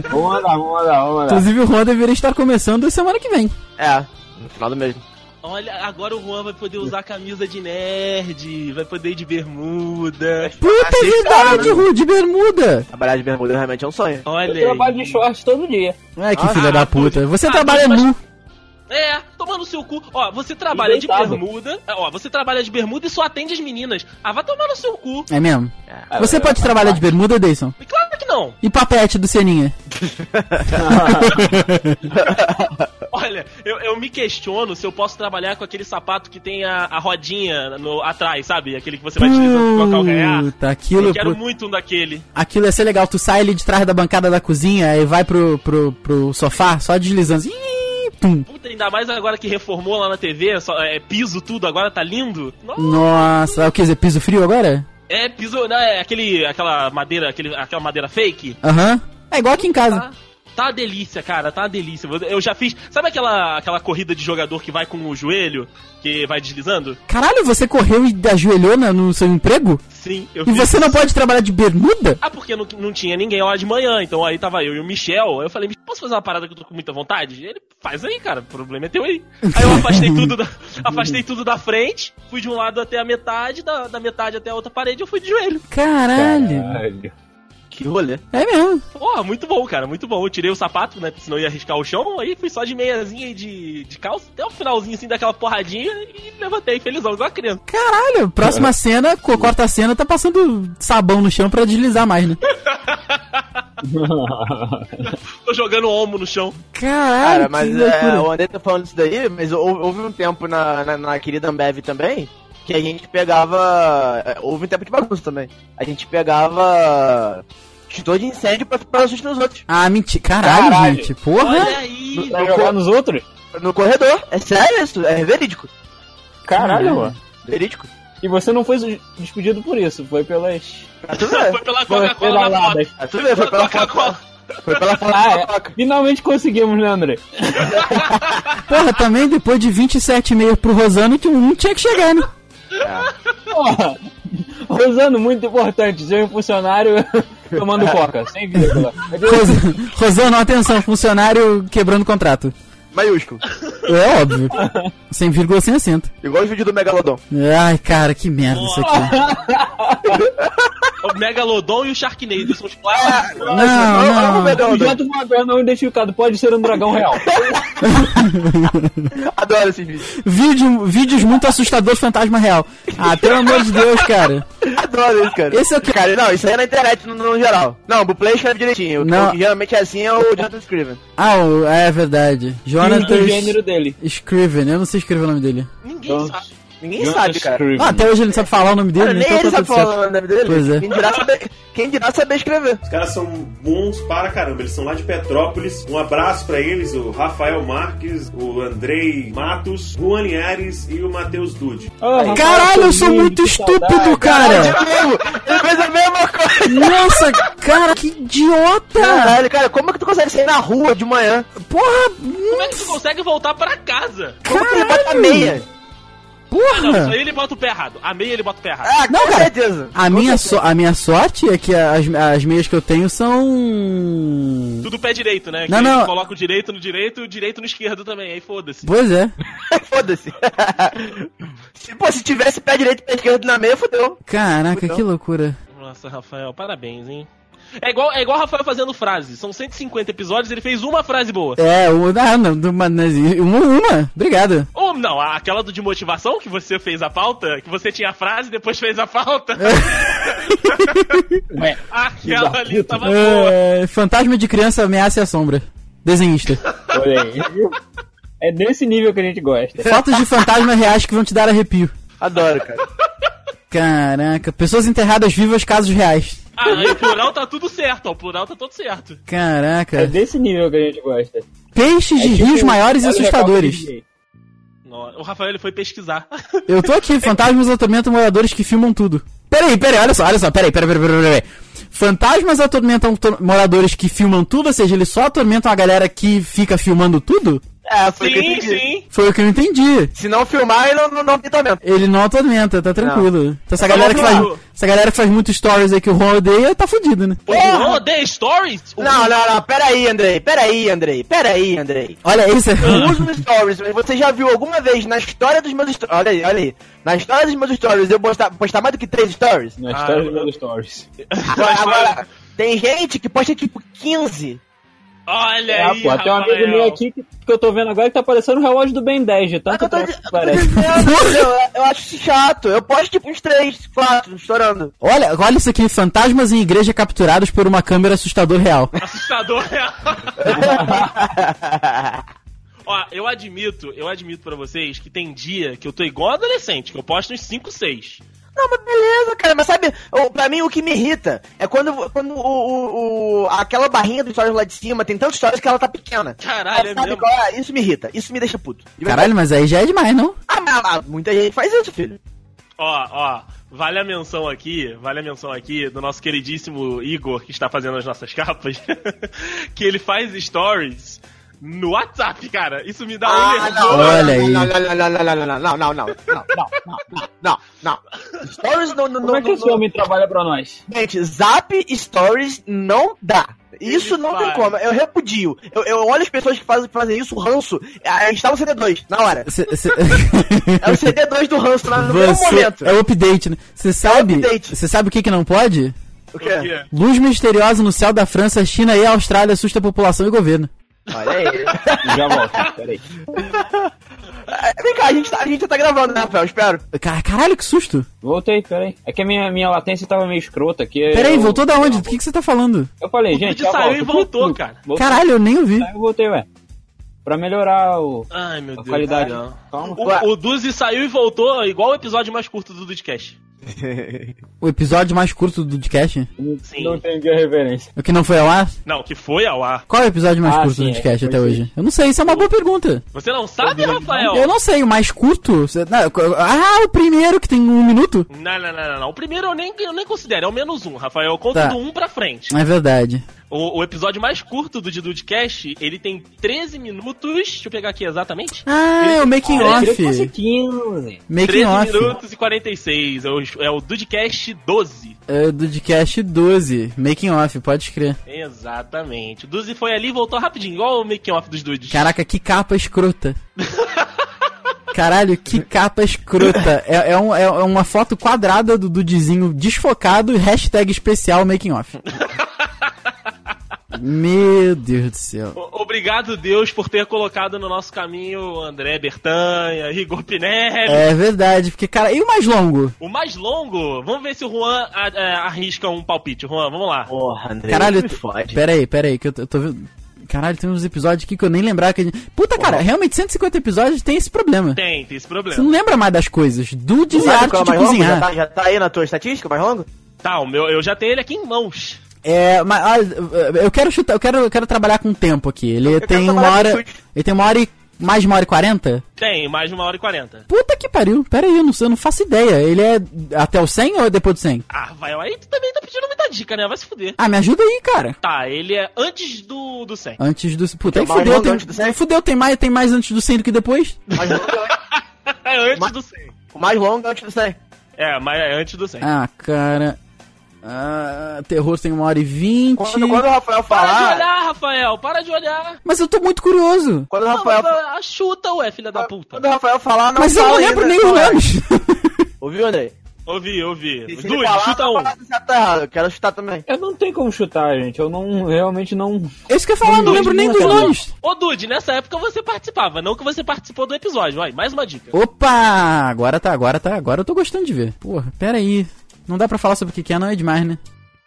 Vamos mandar, vamos mandar, vamos mandar.
inclusive, o Juan deveria estar começando semana que vem.
É, no final do mês.
Olha, agora o Juan vai poder usar camisa de nerd, vai poder ir de bermuda.
Puta
Achei
verdade, Ru, de bermuda.
Trabalhar de bermuda realmente é um sonho.
Olha.
Eu
aí.
trabalho de short todo dia.
Ai, que
Ah,
filha da
ah,
puta.
pude.
Você
Ah,
trabalha
mas-
nu.
É, tomando seu cu. Ó, você trabalha de
Deitado.
bermuda. Ó, você trabalha de bermuda e só atende as meninas. Ah, vai tomar no seu cu.
É mesmo?
É.
Você pode trabalhar de bermuda, Deison?
E Claro que não.
E papete do Seninha?
Olha, eu, eu me questiono se eu posso trabalhar com aquele sapato que tem a, a rodinha no, atrás, sabe? Aquele que você vai utilizando pra colocar o calcanhar.
Puta, aquilo,
Eu quero
pô,
muito um daquele.
aquilo ia ser legal. Tu sai ali de trás da bancada da cozinha e vai pro, pro, pro sofá, só deslizando. assim, Ih, pum.
Puta, ainda mais agora que reformou lá na TV, só, é, piso tudo, agora tá lindo. Nossa.
Hum. Nossa, é o que dizer? Piso frio agora?
É, piso, não, é aquele, aquela madeira, aquele, aquela madeira fake.
Aham. É igual aqui em casa.
Tá, tá uma delícia, cara, tá uma delícia. Eu já fiz, sabe aquela, aquela corrida de jogador que vai com o joelho, que vai deslizando?
Caralho, você correu e ajoelhou na- no seu emprego?
Sim, eu
E
fiz.
você não pode trabalhar de bermuda?
Ah, porque não, não tinha ninguém lá de manhã, então aí tava eu e o Michel. Aí eu falei, "Michel, posso fazer uma parada que eu tô com muita vontade? Ele, faz aí, cara, o problema é teu aí. Aí eu afastei tudo da, afastei tudo da frente, fui de um lado até a metade, da, da metade até a outra parede, eu fui de joelho.
Caralho.
Caralho.
Que rolê.
É mesmo.
Porra, muito bom, cara, muito bom. Eu tirei o sapato, né? Senão eu ia arriscar o chão, aí fui só de meiazinha e de, de calça, até o finalzinho assim daquela porradinha e levantei, felizão, igual a criança.
Caralho, próxima cena, co- corta a cena, tá passando sabão no chão pra deslizar mais, né?
Tô jogando omo no chão.
Caralho,
Cara, mas
que
é,
loucura.
o André tá falando isso daí, mas hou- houve um tempo na, na, na querida Ambev também, que a gente pegava. é, Houve um tempo de bagunça também. A gente pegava Extintor de incêndio pra, pra assustar os outros.
Ah, mentira. Caralho,
Caralho.
gente. Porra.
Olha aí.
Pra jogar nos outros?
No corredor. É sério isso? É verídico.
Caralho, mano.
Verídico.
E você não foi su- despedido por isso, foi pelas.
Ah, tudo bem.
Foi pela
Foi
Coca-Cola na foto.
Ah, tudo bem, foi pela foto. Foi pela foto
Ah,
da
é.
coca.
Finalmente conseguimos, né, André?
Porra, também depois de 27,5 pro Rosano, que não tinha que chegar, né?
Porra! Rosano, muito importante, ser um funcionário tomando coca, sem vírgula.
Rosa- Rosano, atenção, funcionário quebrando contrato.
Maiúsculo.
É óbvio. Sem vírgula, sem acento.
Igual os vídeos do Megalodon.
Ai, cara, que merda isso aqui.
O Megalodon e o Sharknado são os clássicos.
É. Não,
Olha o
não.
O
Megalodon.
objeto voador não identificado pode ser um dragão real.
Adoro esses vídeos.
Vídeo, vídeos muito assustadores, fantasma real. Ah, pelo amor de Deus, cara.
Adoro isso, cara.
Esse é o que-
Cara, não, isso aí é na internet, no, no geral. Não, o Play escreve direitinho. O que-
Não.
O que geralmente é assim é o Jonathan Scriven.
Ah, o- é verdade.
E
Jonathan
do é gênero dele.
Scriven, eu não sei escrever o nome dele.
Ninguém
Então,
sabe.
Ninguém sabe, cara.
Scriven.
Ah, até hoje ele não sabe falar o nome dele,
Cara,
né?
nem
então tá
ele sabe
tudo
falar
certo.
o nome dele.
Pois é.
Quem dirá saber, quem dirá saber escrever.
Os caras são bons para caramba, eles são lá de Petrópolis. Um abraço pra eles, o Rafael Marques, o Andrei Matos, Juan Linhares e o Matheus Dude.
Ah, Rafael,
Caralho, eu sou
Tominho,
muito
que
estúpido,
saudade.
cara.
De novo, ele fez a mesma coisa.
Nossa, cara, que idiota.
Caralho, cara, como é que tu consegue sair na rua de manhã?
Porra,
Como é que tu consegue voltar pra casa?
Como que ele bota a meia?
Não, isso
porra.
aí ele bota o pé errado. A meia ele bota o pé errado.
Ah,
Não,
com
cara.
certeza.
A minha, so- a minha sorte é que as, as meias que eu tenho são.
Tudo pé direito, né?
Não,
que
não.
Coloca o direito no direito e o direito no esquerdo também. Aí foda-se.
Pois é.
Foda-se. se, pô, se tivesse pé direito e pé esquerdo na meia, fodeu.
Caraca, que loucura.
Nossa, Rafael, parabéns, hein? É igual, é igual o Rafael fazendo frase. São 150 episódios, ele fez uma frase boa.
É, o. Ah, não, do- mas- mas- uma, uma. Obrigado.
Ou não, aquela do de motivação que você fez a pauta, que você tinha a frase e depois fez a
É.
pauta.
Ué,
aquela ali tava boa.
É, fantasma de criança ameaça e assombra. Desenhista.
olha aí, viu? É desse nível que a gente gosta.
Fotos de fantasmas reais que vão te dar arrepio.
Adoro, cara.
Caraca, pessoas enterradas vivas, casos reais.
Ah, e o plural tá tudo certo, ó. O plural tá todo certo.
É
Caraca.
desse nível que a gente gosta.
Peixes de
É tipo,
rios maiores e
olha o
assustadores.
recalque
No- O Rafael ele foi pesquisar.
Eu tô aqui, fantasmas atormentam moradores que filmam tudo. Peraí, peraí, olha só, olha só, peraí, peraí, peraí, peraí, peraí. Fantasmas atormentam to- moradores que filmam tudo, ou seja, eles só atormentam a galera que fica filmando tudo?
É, foi o que eu
sim,
entendi.
sim.
Foi o que eu entendi.
Se não filmar, ele não, não, não tem também.
Ele não atormenta, tá tranquilo. Então essa
Tá
galera, que faz,
tranquilo.
essa galela que faz muito stories aí que o Juan odeia, tá fudido, né?
O Bruno odeia stories? O
Não, não, não, peraí, Andrei, peraí, Andrei, peraí, Andrei.
Olha, isso é...
Uhum.
Eu uso no stories, mas você já viu alguma vez na história dos meus stories, olha aí, olha aí, na história dos meus stories eu postar, postar mais do que três stories?
Ah,
Na história né? dos meus stories.
Agora, agora, tem gente que posta tipo 15.
Olha
É,
aí,
pô, tem um
Rafael.
amigo meu aqui que, que eu tô vendo agora que tá parecendo um relógio do Ben 10, de tanto
Eu, tô,
tráfico
di-
que
eu, tô
parece.
dizendo, eu, eu acho isso chato, eu posto tipo uns três, quatro, estourando.
Olha, olha isso aqui, fantasmas em igreja capturados por uma câmera assustador real.
Assustador né? Ó, eu admito, eu admito pra vocês que tem dia que eu tô igual adolescente, que eu posto uns 5, 6.
Não, mas beleza, cara, mas sabe, o- pra mim o que me irrita é quando, quando o, o- o- aquela barrinha dos stories lá de cima tem tantos stories que ela tá pequena.
Caralho, é
Sabe
mesmo.
qual é? Isso me irrita, isso me deixa puto. De verdade.
Caralho, mas aí já é demais, não?
Ah, mas, mas muita gente faz isso, filho.
Ó, ó, vale a menção aqui, vale a menção aqui do nosso queridíssimo Igor, que está fazendo as nossas capas, que ele faz stories no WhatsApp, cara. Isso me dá um
Ah,
nervoso.
não,
Olha
não,
aí.
Não, não, não, não, não, não, não, não, não, não, não, não, não, não, não. Stories não, não,
Como
não,
é que
não,
esse homem trabalha pra nós?
Gente, zap stories não dá. Isso
Ele
não tem
faz.
como, eu repudio. Eu, eu olho as pessoas que fazem, fazem isso, o ranço. A gente tá no CD2, na hora.
Cê- cê-
É o CD2 do ranço lá no mesmo
Você...
momento.
É o update, né? Você sabe,
update.
você sabe o que que não pode?
O
O
quê?
quê?
Luz misteriosa no céu da França, China e Austrália assusta a população e governo.
Olha aí.
Já volto, peraí.
É, Vem cá, a gente, tá, a gente já tá gravando, né, Rafael? Espero.
Ca- Caralho, que susto.
Voltei, peraí. É que a minha, minha latência tava meio escrota aqui.
Peraí,
eu-
voltou da onde? Do que que você tá falando?
Eu falei,
O
gente.
vídeo
já
saiu
volto.
e voltou,
Voltei,
cara.
voltei,
Caralho, eu nem ouvi.
Eu voltei, ué. Pra melhorar o,
Ai, meu
a
Deus.
qualidade.
Não.
Calma.
O, o Duzi saiu e voltou igual o episódio mais curto do Dudcast.
O episódio mais curto do podcast?
Sim.
Não entendi a referência.
O que não foi ao ar?
Não, que foi ao ar.
Qual é o episódio mais
Ah,
curto
sim,
do podcast
é,
até
foi
hoje? Eu não sei, isso é uma boa pergunta.
Você não sabe, Rafael?
Eu não sei, o mais curto? Cê- não, co- Ah, o primeiro que tem um minuto?
Não, não, não, não, não. O primeiro eu nem, eu nem considero, é o menos um, Rafael. Eu conto
Tá.
do um pra frente.
É verdade.
O, o episódio mais curto do Dudcast, ele tem 13 minutos. Deixa eu pegar aqui exatamente.
Ah, é o Making
Eu queria que fosse
Off.
15.
Making
13
Off.
minutos e 46. É o, é o Dudcast 12.
É do podcast 12. Making Off, pode escrever.
Exatamente. O Duzi foi ali e voltou rapidinho, igual o making off dos dudes.
Caraca, que capa escrota. Caralho, que capa escrota. É, é um- é uma foto quadrada do Dudizinho desfocado e hashtag especial making off. Meu Deus do céu.
O- Obrigado, Deus, por ter colocado no nosso caminho André Bertanha, Igor Pinelli.
É verdade, porque, cara, e o mais longo?
O mais longo, vamos ver se o Juan a- a- arrisca um palpite. Juan, vamos lá.
Porra, André.
Caralho,
me fode.
pera aí, pera aí, que eu tô, eu tô vendo. Caralho, tem uns episódios aqui que eu nem lembrava que a gente. Puta, cara, realmente 150 episódios tem esse problema.
Tem, tem esse
Você não
problema.
lembra mais das coisas. Dudes e
Sabe
arte
qual é o
de
mais longo? Já
cozinhar.
tá, já tá aí na tua estatística, o mais longo?
Tá, o meu, eu já tenho ele aqui em mãos.
É, mas ah, eu quero chutar, eu quero, eu quero trabalhar com tempo aqui. Ele
quero
tem uma
trabalhar
hora.
com chute.
Ele tem uma hora e. Mais de uma hora e quarenta?
Tem, mais de uma hora e quarenta.
Puta que pariu, pera aí, eu não, sei, eu não faço ideia. Ele é até o 100 ou é depois do 100?
Ah, Rafael, aí tu também tá pedindo muita dica, né? Vai se fuder.
Ah, me ajuda aí, cara.
Tá, ele é antes do, do 100.
Antes do. Puta, aí
mais
fudeu,
longo
tem,
antes do 100?
aí fudeu, tem mais, tem mais antes do 100 do que depois?
Mais longo é antes-
É antes
Mas-
do 100.
o mais longo é antes do 100.
É, mas é antes do 100.
Ah, cara. Ah, terror tem uma hora e vinte.
Quando, quando o Rafael
Para de
falar.
olhar, Rafael, para de olhar.
Mas eu tô muito curioso.
Quando o
Não, mas,
Rafael.
ah, chuta, ué, filha da puta.
Quando o Rafael falar, não
Mas eu não
fala
lembro
ainda,
nem os
fala.
anos.
Ouviu, André?
Ouvi, ouvi.
Se ele
Dude,
falar,
chuta
não
um.
fala se certo ou errado. Eu quero chutar também.
Eu não tenho como chutar, gente. Eu não realmente não.
É isso que eu ia falar, não
Dude,
lembro nem
não
dos
lembro.
nomes.
Ô, Dude, nessa época você participava, não que você participou do episódio. Vai, mais uma dica.
Opa! Agora tá, agora tá, agora eu tô gostando de ver. Porra, pera aí. Não dá pra falar sobre o que que é, não é demais, né?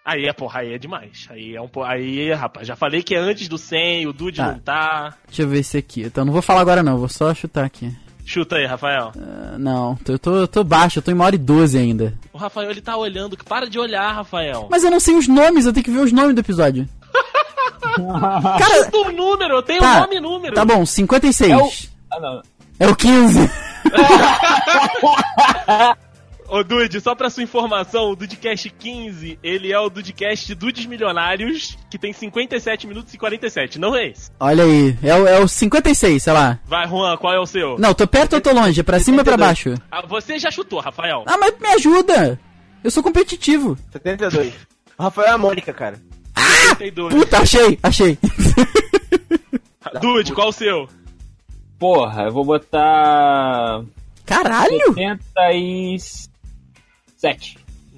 Aí é, porra, aí é demais. Aí é um po... Aí, rapaz, já falei que é antes do 100, o Dude
Tá.
não tá.
Deixa eu ver esse aqui. Então não vou falar agora não, vou só chutar aqui.
Chuta aí, Rafael.
Ah, não, tô- eu tô, eu tô baixo, eu tô em uma hora e doze ainda.
O Rafael, ele tá olhando. Para de olhar, Rafael.
Mas eu não sei os nomes, eu tenho que ver os nomes do episódio. Cara,
Chuta um número, eu tenho
Tá.
nome e número.
tá bom,
É o.
56.
Ah, não.
É o 15.
Ô, Dude, só pra sua informação, o Dudecast 15, ele é o Dudecast Dudes Milionários, que tem 57 minutos e 47, não é esse?
Olha aí, é o, é o 56, sei lá.
Vai, Juan, qual é o seu?
Não, tô perto ou tô longe? É pra cima ou pra baixo?
Ah, você já chutou, Rafael.
Ah, mas me ajuda! Eu sou competitivo.
72. O Rafael é a Mônica, cara.
32.
Ah, Puta, achei, achei.
Dude, qual o seu?
Porra, eu vou botar.
Caralho!
77.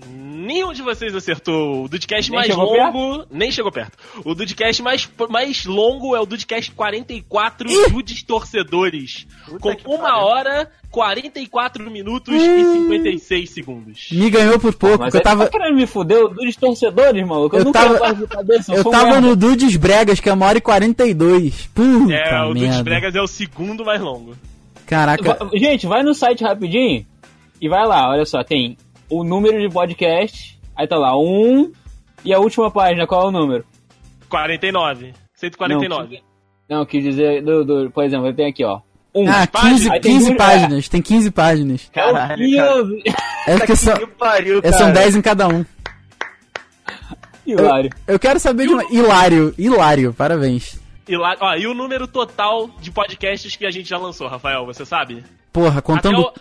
Nenhum de vocês acertou. O Dudecast
Nem
mais
chegou
longo... Nem chegou perto. O Dudecast mais, mais longo é o Dudecast 44
Ih!
Dudes Torcedores,
que
com 1
pariu.
hora, 44 minutos e 56 segundos.
Me ganhou por pouco,
Mas
porque eu tava.
tá querendo me fuder dos torcedores, maluco. Eu,
Eu
nunca
tava-
ia participar desse,
Eu
sou
tava
um
no Dudes Bregas, que é uma hora e 42. Puta
É, o Dudes
merda.
Bregas é o segundo mais longo.
Caraca.
Va- Gente, vai no site rapidinho e vai lá, olha só, tem o número de podcast, aí tá lá, um e a última página, qual é o número?
49. 149.
Não, quis dizer, do, do- por exemplo, tem aqui, ó. Um.
Ah,
páginas.
15,
Aí tem é,
15
né?
duas-
páginas. Tem 15 páginas.
É
Caralho, cara.
Meu Deus,
É porque
Tá
são,
Que pariu,
é,
cara.
são 10 em cada um.
Hilário.
Eu quero saber de uma. Hilário, hilário, parabéns.
E, lá, ó, e o número total de podcasts que a gente já lançou, Rafael, você sabe?
Porra, contando.
Até, o,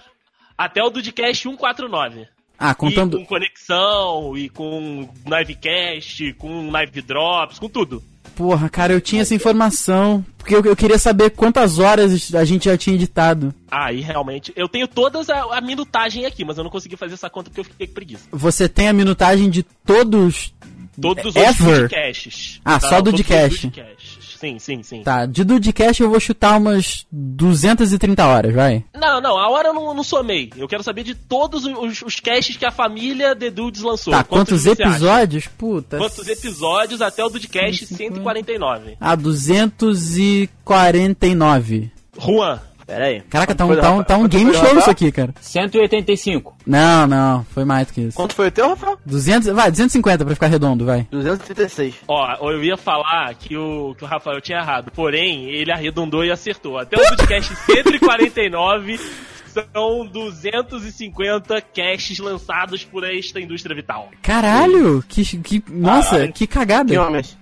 até o Dudcast 149.
Ah, contando.
E com Conexão, e com Livecast, com Live Drops, com tudo.
Porra, cara, eu tinha essa informação. Porque eu, eu queria saber quantas horas a gente já tinha editado.
Aí realmente. Eu tenho todas a, a minutagem aqui, mas eu não consegui fazer essa conta porque eu fiquei com preguiça.
Você tem a minutagem de todos.
Todos os
Ever?
outros podcasts. Tá,
Ah, só
Todos os
Dudcast.
Dudcasts. Sim, sim, sim.
Tá, de Dudcast eu vou chutar umas 230 horas, vai.
Não, não, a hora eu não, não somei. Eu quero saber de todos os, os casts que a família The Dudes lançou.
Tá, quantos,
você acha?
episódios? Puta.
Quantos episódios até o Dudcast 149.
Ah, 249.
Juan,
Pera aí.
Caraca, tá um,
Quanto
tá
foi,
um, tá um
Rafael?
game
Quanto foi,
show isso
Rafael?
aqui, cara.
185.
Não, não, foi mais do que isso.
Quanto foi o teu, Rafael?
200, vai, 250 pra ficar redondo, vai.
236.
Ó, eu ia falar que o, que o Rafael tinha errado, porém, ele arredondou e acertou. Até o podcast 149 são 250 caches lançados por esta indústria vital.
Caralho, que, que nossa,
Caralho.
que cagada.
Que homens?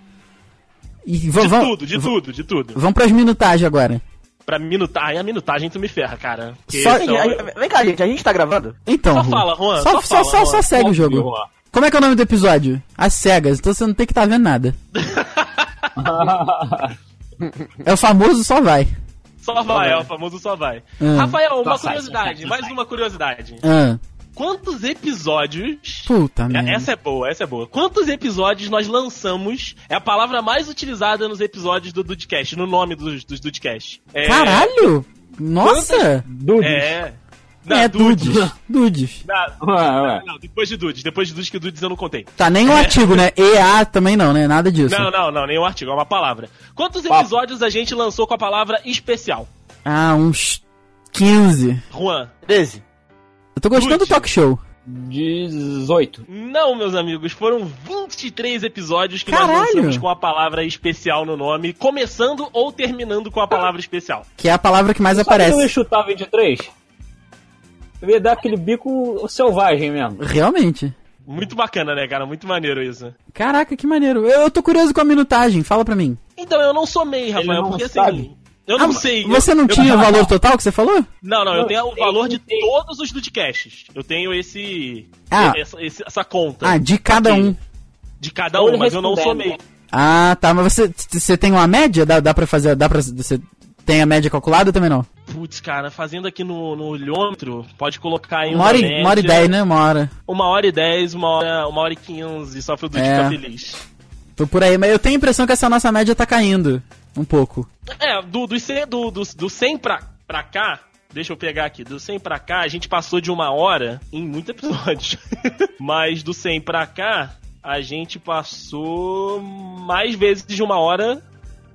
E
De
Então vamos, vamos,
tudo, de tudo, de tudo.
vamos pras minutagens agora.
Pra minutagem, a minutagem tu me ferra, cara. Porque
Só-
são-
Vem cá, gente, a gente tá gravando?
Então,
Só
Juan,
fala, Juan,
Só, só,
só fala,
só-
Juan.
só segue o jogo.
Viu, Juan?
Como é que é o nome do episódio? As cegas, então você não tem que tá vendo nada. É o famoso só vai.
Só vai, é o famoso só vai.
Hum.
Rafael, uma
Só sai,
curiosidade,
só sai,
mais
sai.
uma curiosidade.
Ah,
Quantos episódios...
puta merda.
É- Essa é boa, essa é boa. Quantos episódios nós lançamos? É a palavra mais utilizada nos episódios do Dudcast, no nome dos, dos Dudcast. É,
Caralho! Nossa!
Dudes.
É. Na
É
Dudes.
Dudes. Dudes.
Na-
Ué, ué.
não, depois de Dudes. Depois de Dudes, que Dudes eu não contei.
Tá, nem um artigo, né? EA também não, né? Nada disso.
É. Não, não, não, nenhum artigo, é uma palavra. Quantos episódios a gente lançou com a palavra especial?
Ah, uns 15.
Juan.
13.
Eu tô gostando
Dudes.
do talk show.
18.
Não, meus amigos, foram 23 episódios que
Caralho.
nós lançamos com a palavra especial no nome, começando ou terminando com a palavra especial.
Que é a palavra que mais
Sabe que eu ia
aparece.
chutar 23? Eu ia dar aquele bico selvagem mesmo.
Realmente.
Muito bacana, né, cara? Muito maneiro isso.
Caraca, que maneiro. Eu, eu tô curioso com a minutagem, fala pra mim.
Então, eu não somei, Rafael,
não
porque
sabe.
assim. Eu não
Ah,
sei.
Você
eu-
não
eu-
tinha o valor total que você falou?
Não, não, eu
Não,
tenho o
tem-
valor de
tem.
todos os Dudcasts. Eu tenho esse.
Ah.
Essa, esse- essa conta.
Ah, de cada
Aqui.
um.
De cada
Ou ele
um, mas eu não
respondendo,
somei.
né?
Ah, tá, mas você, c- você tem uma média? Dá, dá pra fazer, dá pra, você tem a média calculada ou também não?
Putz, cara, fazendo aqui no, no olhômetro, pode colocar aí
Uma hora, e, uma hora e
média,
dez, né? Uma hora.
Uma hora e dez, uma hora, uma hora e quinze, só pro Dudu
É.
ficar feliz.
Tô por aí, mas eu tenho a impressão que essa nossa média tá caindo. Um pouco.
É, do, do, cem- do, do, do 100 pra, pra cá, deixa eu pegar aqui, do 100 pra cá, a gente passou de uma hora em muito episódio. Mas do 100 pra cá, a gente passou mais vezes de uma hora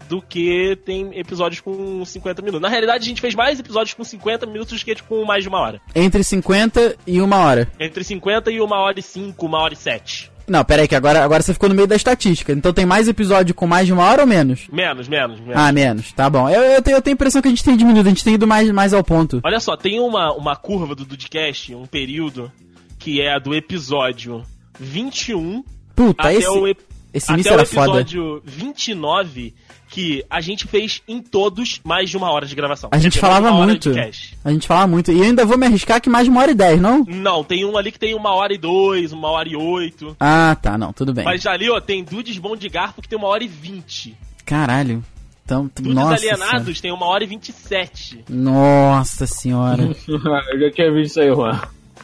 do que tem episódios com 50 minutos. Na realidade, a gente fez mais episódios com 50 minutos do que tipo, com mais de uma hora.
Entre 50 e uma hora.
Entre 50 e uma hora e cinco, uma hora e sete.
Não, pera aí, que agora, agora você ficou no meio da estatística. Então tem mais episódio com mais de uma hora ou menos?
Menos, menos, menos.
Ah, menos. Tá bom. Eu, eu tenho, eu tenho a impressão que a gente tem diminuído, a gente tem ido mais, mais ao ponto.
Olha só, tem uma, uma curva do Dudcast, um período, que é a do episódio 21
Puta, Tá,
até
esse,
o, ep-
esse
até
início
o
era foda.
episódio 29, que a gente fez em todos mais de uma hora de gravação.
A gente
Quer dizer,
falava
uma hora
muito.
de cast.
A gente fala muito. E eu ainda vou me arriscar que mais de uma hora e dez, não?
Não, tem um ali que tem uma hora e dois, uma hora e oito.
Ah, tá, não, tudo bem.
Mas ali, ó, tem Dudes Bom de Garfo que tem uma hora e vinte.
Caralho. Então, t-
Dudes
nossa senhora.
Alienados tem uma hora e vinte e sete.
Nossa senhora.
Eu já tinha visto isso aí, Juan.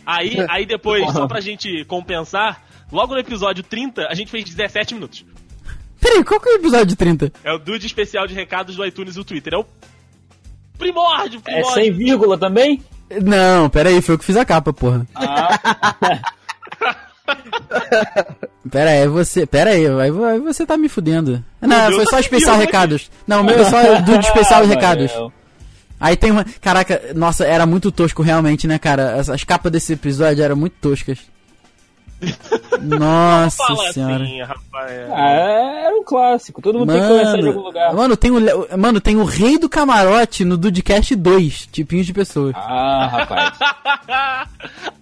Aí, aí depois, só pra gente compensar, logo no episódio 30, a gente fez 17 minutos.
Peraí, qual que é o episódio de 30?
É o Dude Especial de Recados do iTunes e do Twitter. É o primórdio,
É
primórdio.
sem vírgula também?
Não, peraí, foi eu que fiz a capa, porra.
Ah.
Peraí, aí você. Peraí, aí, vo- aí você tá me fudendo. Não,
meu
foi só
tá
especial
fudendo.
recados. Não, o meu é só do de especial
Ah,
recados.
valeu.
Aí tem uma. Caraca, nossa, era muito tosco realmente, né, cara? As, as capas desse episódio eram muito toscas. Nossa
Fala
senhora.
assim, Rafael.
Ah, era um clássico. Todo mundo tem que começar de algum lugar.
mano, tem o, Le- mano, tem o rei do camarote no Dudcast 2, tipinhos de pessoas.
Ah, rapaz.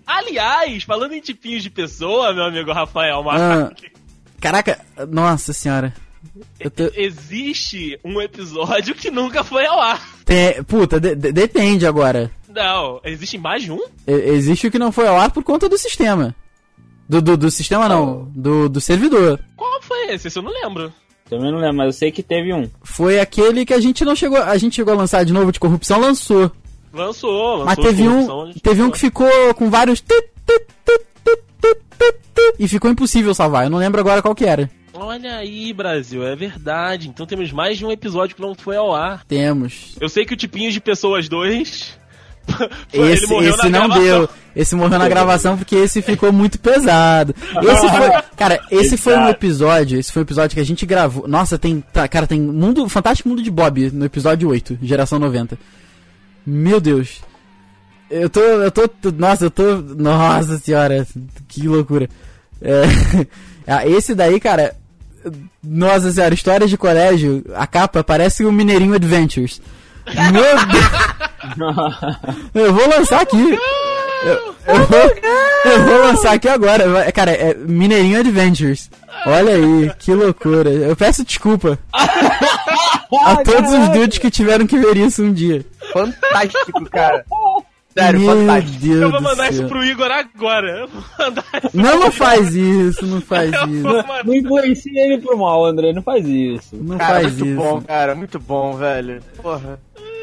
Aliás, falando em tipinhos de pessoa, meu amigo Rafael
Ah.
Marques,
Caraca, nossa senhora. Eu tô-
existe um episódio que nunca foi ao ar.
Tem- É, puta, de- de- depende agora.
Não, existe mais de um?
E- existe o que não foi ao ar por conta do sistema. Do, do, do sistema não, do, do servidor.
Qual foi esse? Esse eu não lembro.
também não lembro, mas eu sei que teve um.
Foi aquele que a gente não chegou. A gente chegou a lançar de novo de corrupção, lançou.
Lançou, lançou.
Mas teve
corrupção, a
um,
gente
teve um que
lançou.
ficou com vários. tut, tut, tut, tut, tut, tut, tut, E ficou impossível salvar. Eu não lembro agora qual que era.
Olha aí, Brasil, é verdade. Então temos mais de um episódio que não foi ao ar.
Temos.
Eu sei que o Tipinhos de Pessoas 2.
Esse, esse não deu. Esse morreu na gravação porque esse ficou muito pesado. Esse foi, cara, esse foi um
Pesado.
episódio, esse foi um episódio que a gente gravou. Nossa, tem, tá, cara, tem mundo, fantástico mundo de Bob no episódio 8, geração 90. Meu Deus. Eu tô, eu tô, nossa, eu tô, nossa senhora, que loucura. É, ah, esse daí, cara, nossa senhora, histórias de colégio, a capa parece o Mineirinho Adventures. Meu Deus. Eu vou lançar aqui. Eu, eu vou, eu vou lançar aqui agora. Vai- Cara, é Mineirinho Adventures. Olha aí, que loucura. Eu peço desculpa a todos os dudes que tiveram que ver isso um dia.
Fantástico, cara. Sério,
Meu
fantástico.
Deus
Eu vou
do
mandar isso
céu.
pro Igor agora. Eu vou mandar isso
Não, não
pro Igor.
faz isso, não faz
Eu vou
isso.
mandar.
Não influencia ele pro mal, André, não faz isso.
Não
Cara,
faz
muito
isso.
bom, cara, muito bom, velho. Porra.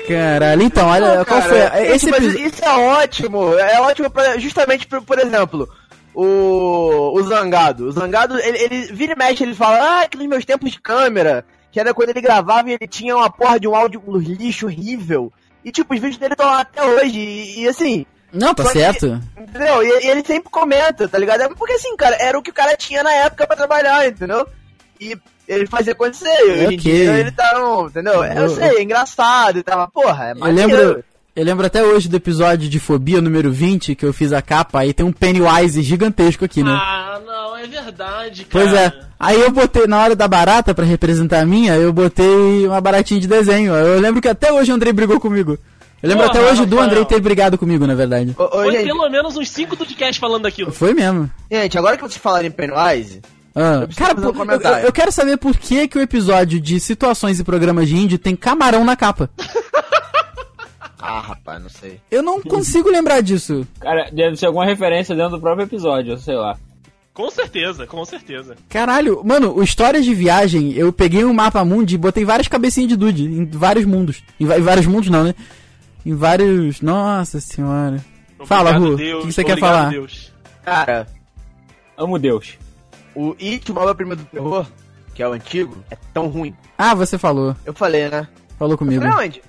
Caralho, então, olha,
Não,
qual
cara,
foi?
gente,
Esse
mas
episódio.
Isso é ótimo, é ótimo pra- justamente por, por exemplo, o, o Zangado. O Zangado, ele, ele vira e mexe, ele fala, ah, que nos meus tempos de câmera, que era quando ele gravava e ele tinha uma porra de um áudio lixo horrível. E tipo, os vídeos dele estão lá até hoje, e, e, assim,
Não, tá
só que-
certo.
entendeu? E, e ele sempre comenta, tá ligado? É porque assim, cara, era o que o cara tinha na época pra trabalhar, entendeu? E ele fazia acontecer, e hoje
Ok.
em dia ele tá, um, entendeu? Eu,
Eu-
sei, é engraçado e tal, mas, porra, é
Eu lembro, eu lembro até hoje do episódio de Fobia número 20, que eu fiz a capa, aí tem um Pennywise gigantesco aqui, né?
Ah, não, é verdade, cara.
Pois é. Aí eu botei, na hora da barata, pra representar a minha, eu botei uma baratinha de desenho. Eu lembro que até hoje o Andrei brigou comigo. Eu lembro
Porra,
até hoje do
Rafael.
Andrei ter brigado comigo, na verdade.
Ô, ô,
Foi
gente,
pelo menos uns cinco podcasts falando daquilo.
Foi mesmo.
Gente, agora que vocês falaram em Pennywise,
Ah,
Eu preciso
cara,
fazer um
pô, eu,
comentário.
eu- eu quero saber por que, que o episódio de situações e programas de índio tem camarão na capa.
ah, rapaz, não sei.
Eu não consigo lembrar disso.
Cara, deve ser alguma referência dentro do próprio episódio, sei lá.
Com certeza, com certeza.
Caralho, mano, o Histórias de Viagem, eu peguei um mapa mundi e botei várias cabecinhas de dude em vários mundos. Em, va- em vários mundos não, né? Em vários... Nossa senhora. Fala,
Obrigado,
Ru, o
Deus.
que que você quer
Obrigado,
falar?
Deus.
Cara,
Amo Deus.
o It, uma obra-prima do terror, que é o antigo, é tão ruim.
Ah, você falou.
Eu falei, né?
Falei comigo.
Pra onde?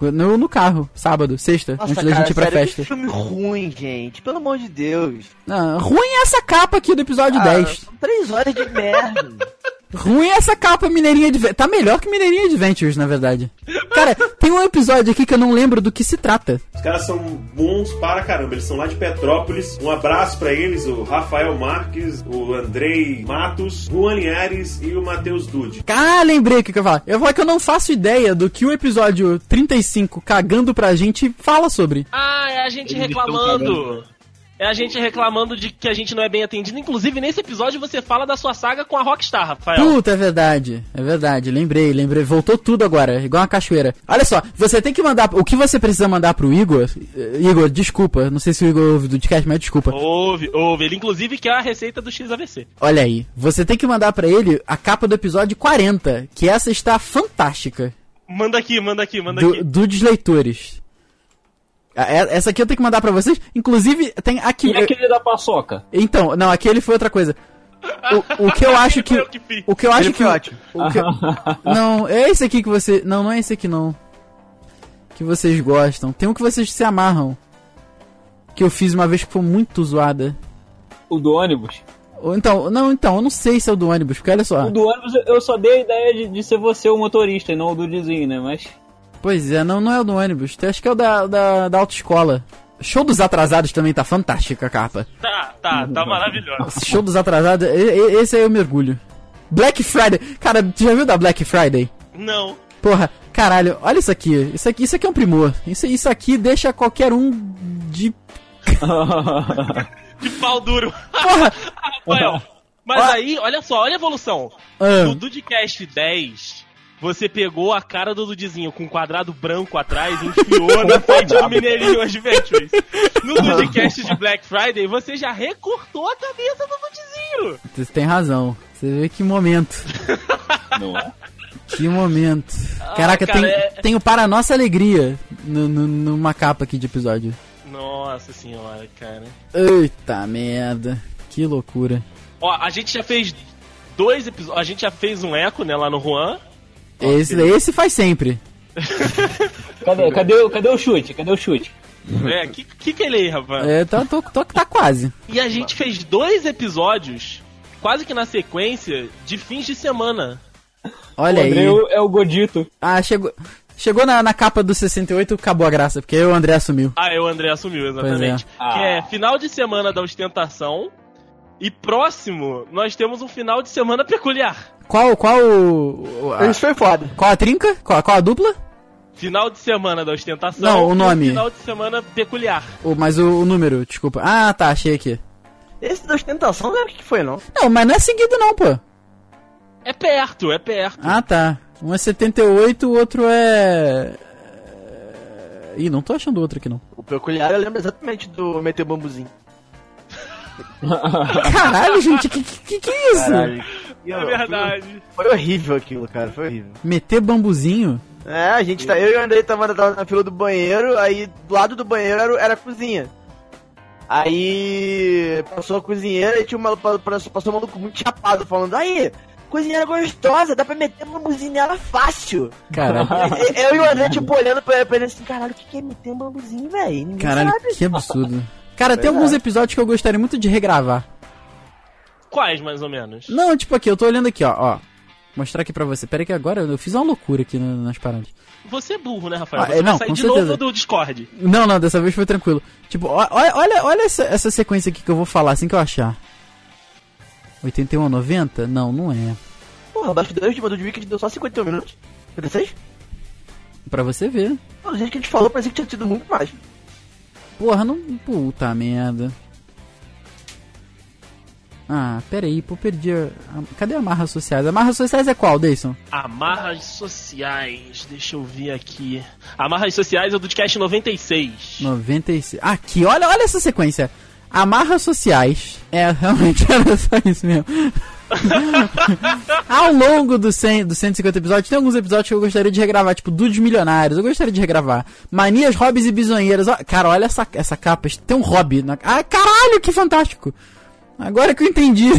No, no carro, sábado, sexta,
Nossa,
antes da
cara,
gente ir pra
sério,
festa.
que filme ruim, gente. Pelo amor de Deus.
Ah, ruim é essa capa aqui do
Ah.
episódio 10.
são três horas de merda.
Ruim é essa capa Mineirinha Adventures. Tá melhor que Mineirinha Adventures, na verdade. Cara, tem um episódio aqui que eu não lembro do que se trata.
Os caras são bons para caramba, eles são lá de Petrópolis. Um abraço pra eles, o Rafael Marques, o Andrei Matos, Juan Linhares e o Matheus Dude.
Ah, lembrei o que que eu ia falar. Eu vou falar que eu não faço ideia do que o episódio 35 cagando pra gente fala sobre.
Ah, é a gente
Eles estão
reclamando. É a gente reclamando de que a gente não é bem atendido. Inclusive, nesse episódio você fala da sua saga com a Rockstar, Rafael.
Puta, é verdade. É verdade. Lembrei, lembrei. Voltou tudo agora, igual uma cachoeira. Olha só, você tem que mandar. O que você precisa mandar pro Igor. eh, Igor, desculpa. Não sei se o Igor ouve do podcast, mas desculpa.
Houve, houve. Ele, inclusive, quer a receita do XAVC.
Olha aí. Você tem que mandar pra ele a capa do episódio 40, que essa está fantástica.
Manda aqui, manda aqui, manda
do,
aqui.
dos leitores. A- e- Essa aqui eu tenho que mandar pra vocês. Inclusive, tem aqui.
E aquele da paçoca?
eu- então, não, aquele foi outra coisa. O, o que eu acho que.
Foi eu que fiz.
O que eu acho
Ele
que.
foi ótimo.
o que- não, é esse aqui que você. Não, não é esse aqui não. Que vocês gostam. Tem um que vocês se amarram. Que eu fiz uma vez que foi muito zoada.
O do ônibus?
Ou então, não, então, eu não sei se é o do ônibus, porque olha só.
O do ônibus eu só dei a ideia de, de ser você o motorista e não o Dudizinho, né? Mas.
Pois é, não, não é o do ônibus. Acho que é o da, da, da autoescola. Show dos atrasados também tá fantástica a capa.
Tá, tá, tá
Uhum.
maravilhoso.
Esse show dos atrasados, e- e- esse aí eu mergulho. Black Friday. Cara, tu já viu da Black Friday?
Não.
Porra, caralho, olha isso aqui. Isso aqui, isso aqui é um primor. Isso, isso aqui deixa qualquer um de.
De pau duro.
Porra!
Rafael. Mas aí, olha só, olha a evolução.
Ah.
No Dudcast 10, você pegou a cara do Dudizinho com um quadrado branco atrás e enfiou na frente do Mineirinho Adventures. No Dudcast de Black Friday, você já recortou a cabeça do Dudizinho.
Você tem razão. Você vê que momento.
Não é?
Que momento. Caraca,
cara,
tem,
é-
tem o Para Nossa Alegria no- no- numa capa aqui de episódio.
Nossa senhora, cara.
Eita merda. Que loucura.
Ó, a gente já fez dois episódios. A gente já fez um eco, né, lá no Juan.
Esse, esse faz sempre.
Cadê, cadê, o- cadê o chute? Cadê o chute?
É, que que, que é ele aí, rapaz?
É, tá, tô, tô, tá quase.
E a gente fez dois episódios, quase que na sequência, de fins de semana.
Olha
o André
aí.
é o Godito.
Ah, chegou. Chegou na, na capa do 68, acabou a graça, porque aí o André assumiu.
Ah, é, o André assumiu, exatamente.
Pois é.
Que é
Ah.
final de semana da ostentação. E próximo, nós temos um final de semana peculiar.
Qual, qual o... o- a-
Isso foi foda.
qual a trinca? Qual, qual a dupla?
Final de semana da ostentação.
Não, o
e um
nome.
Final de semana peculiar.
O, mas o, o número, desculpa. Ah, tá, achei aqui.
Esse da ostentação não era o que foi, não.
Não, mas não é seguido não, pô.
É perto, é perto.
Ah, tá. Um é 78, o outro é... é- Ih, não tô achando o outro aqui, não.
O peculiar eu lembro exatamente do meter bambuzinho.
Caralho, gente, que que, que é isso?
Caralho.
é verdade.
Foi horrível aquilo, cara, foi horrível.
Meter bambuzinho?
É, a gente tá. Eu e o Andrei tava tava na fila do banheiro, aí do lado do banheiro era, era a cozinha. Aí passou a cozinheira e tinha um maluco, passou, passou um maluco muito chapado falando, aí, cozinheira gostosa, dá pra meter bambuzinho nela fácil.
Caralho.
E- eu e o André, tipo, olhando pra, pra ele assim, caralho, o que, que é meter um bambuzinho, velho? Ninguém
Caralho,
sabe.
que absurdo. Cara, tem alguns episódios que eu gostaria muito de regravar.
Quais, mais ou menos?
Não, tipo aqui, eu tô olhando aqui, ó, ó. Vou Mostrar aqui pra você. Pera aí que agora eu fiz uma loucura aqui no- nas paradas.
Você é burro, né, Rafael?
Ah,
Você
é, não,
vai sair
com
de
certeza.
novo do Discord.
Não, não, dessa vez foi tranquilo. Tipo, ó- ó- olha, olha essa, essa sequência aqui que eu vou falar assim que eu achar. 81 a 90? Não, não é.
Porra, bastidores de Madrid Wicked deu só 51 minutos. 56?
Pra você ver.
Pô, do jeito que a gente falou, parecia que tinha tido muito mais.
Porra, não. Puta merda. Ah, pera aí, pô, perdi. A... a- Cadê a marra sociais? A marra sociais é qual, Dayson?
Amarras sociais. Deixa eu ver aqui. Amarras sociais é o do Discast 96.
96. Aqui, olha, olha essa sequência. Amarras sociais. É, realmente era só isso mesmo. Ao longo dos 100, dos 150 episódios, tem alguns episódios que eu gostaria de regravar, tipo Dudes Milionários, eu gostaria de regravar. Manias, hobbies e bisonheiras. Ó, cara, olha essa, essa capa, tem um hobby. Na... Ah, caralho, que fantástico! Agora que eu entendi.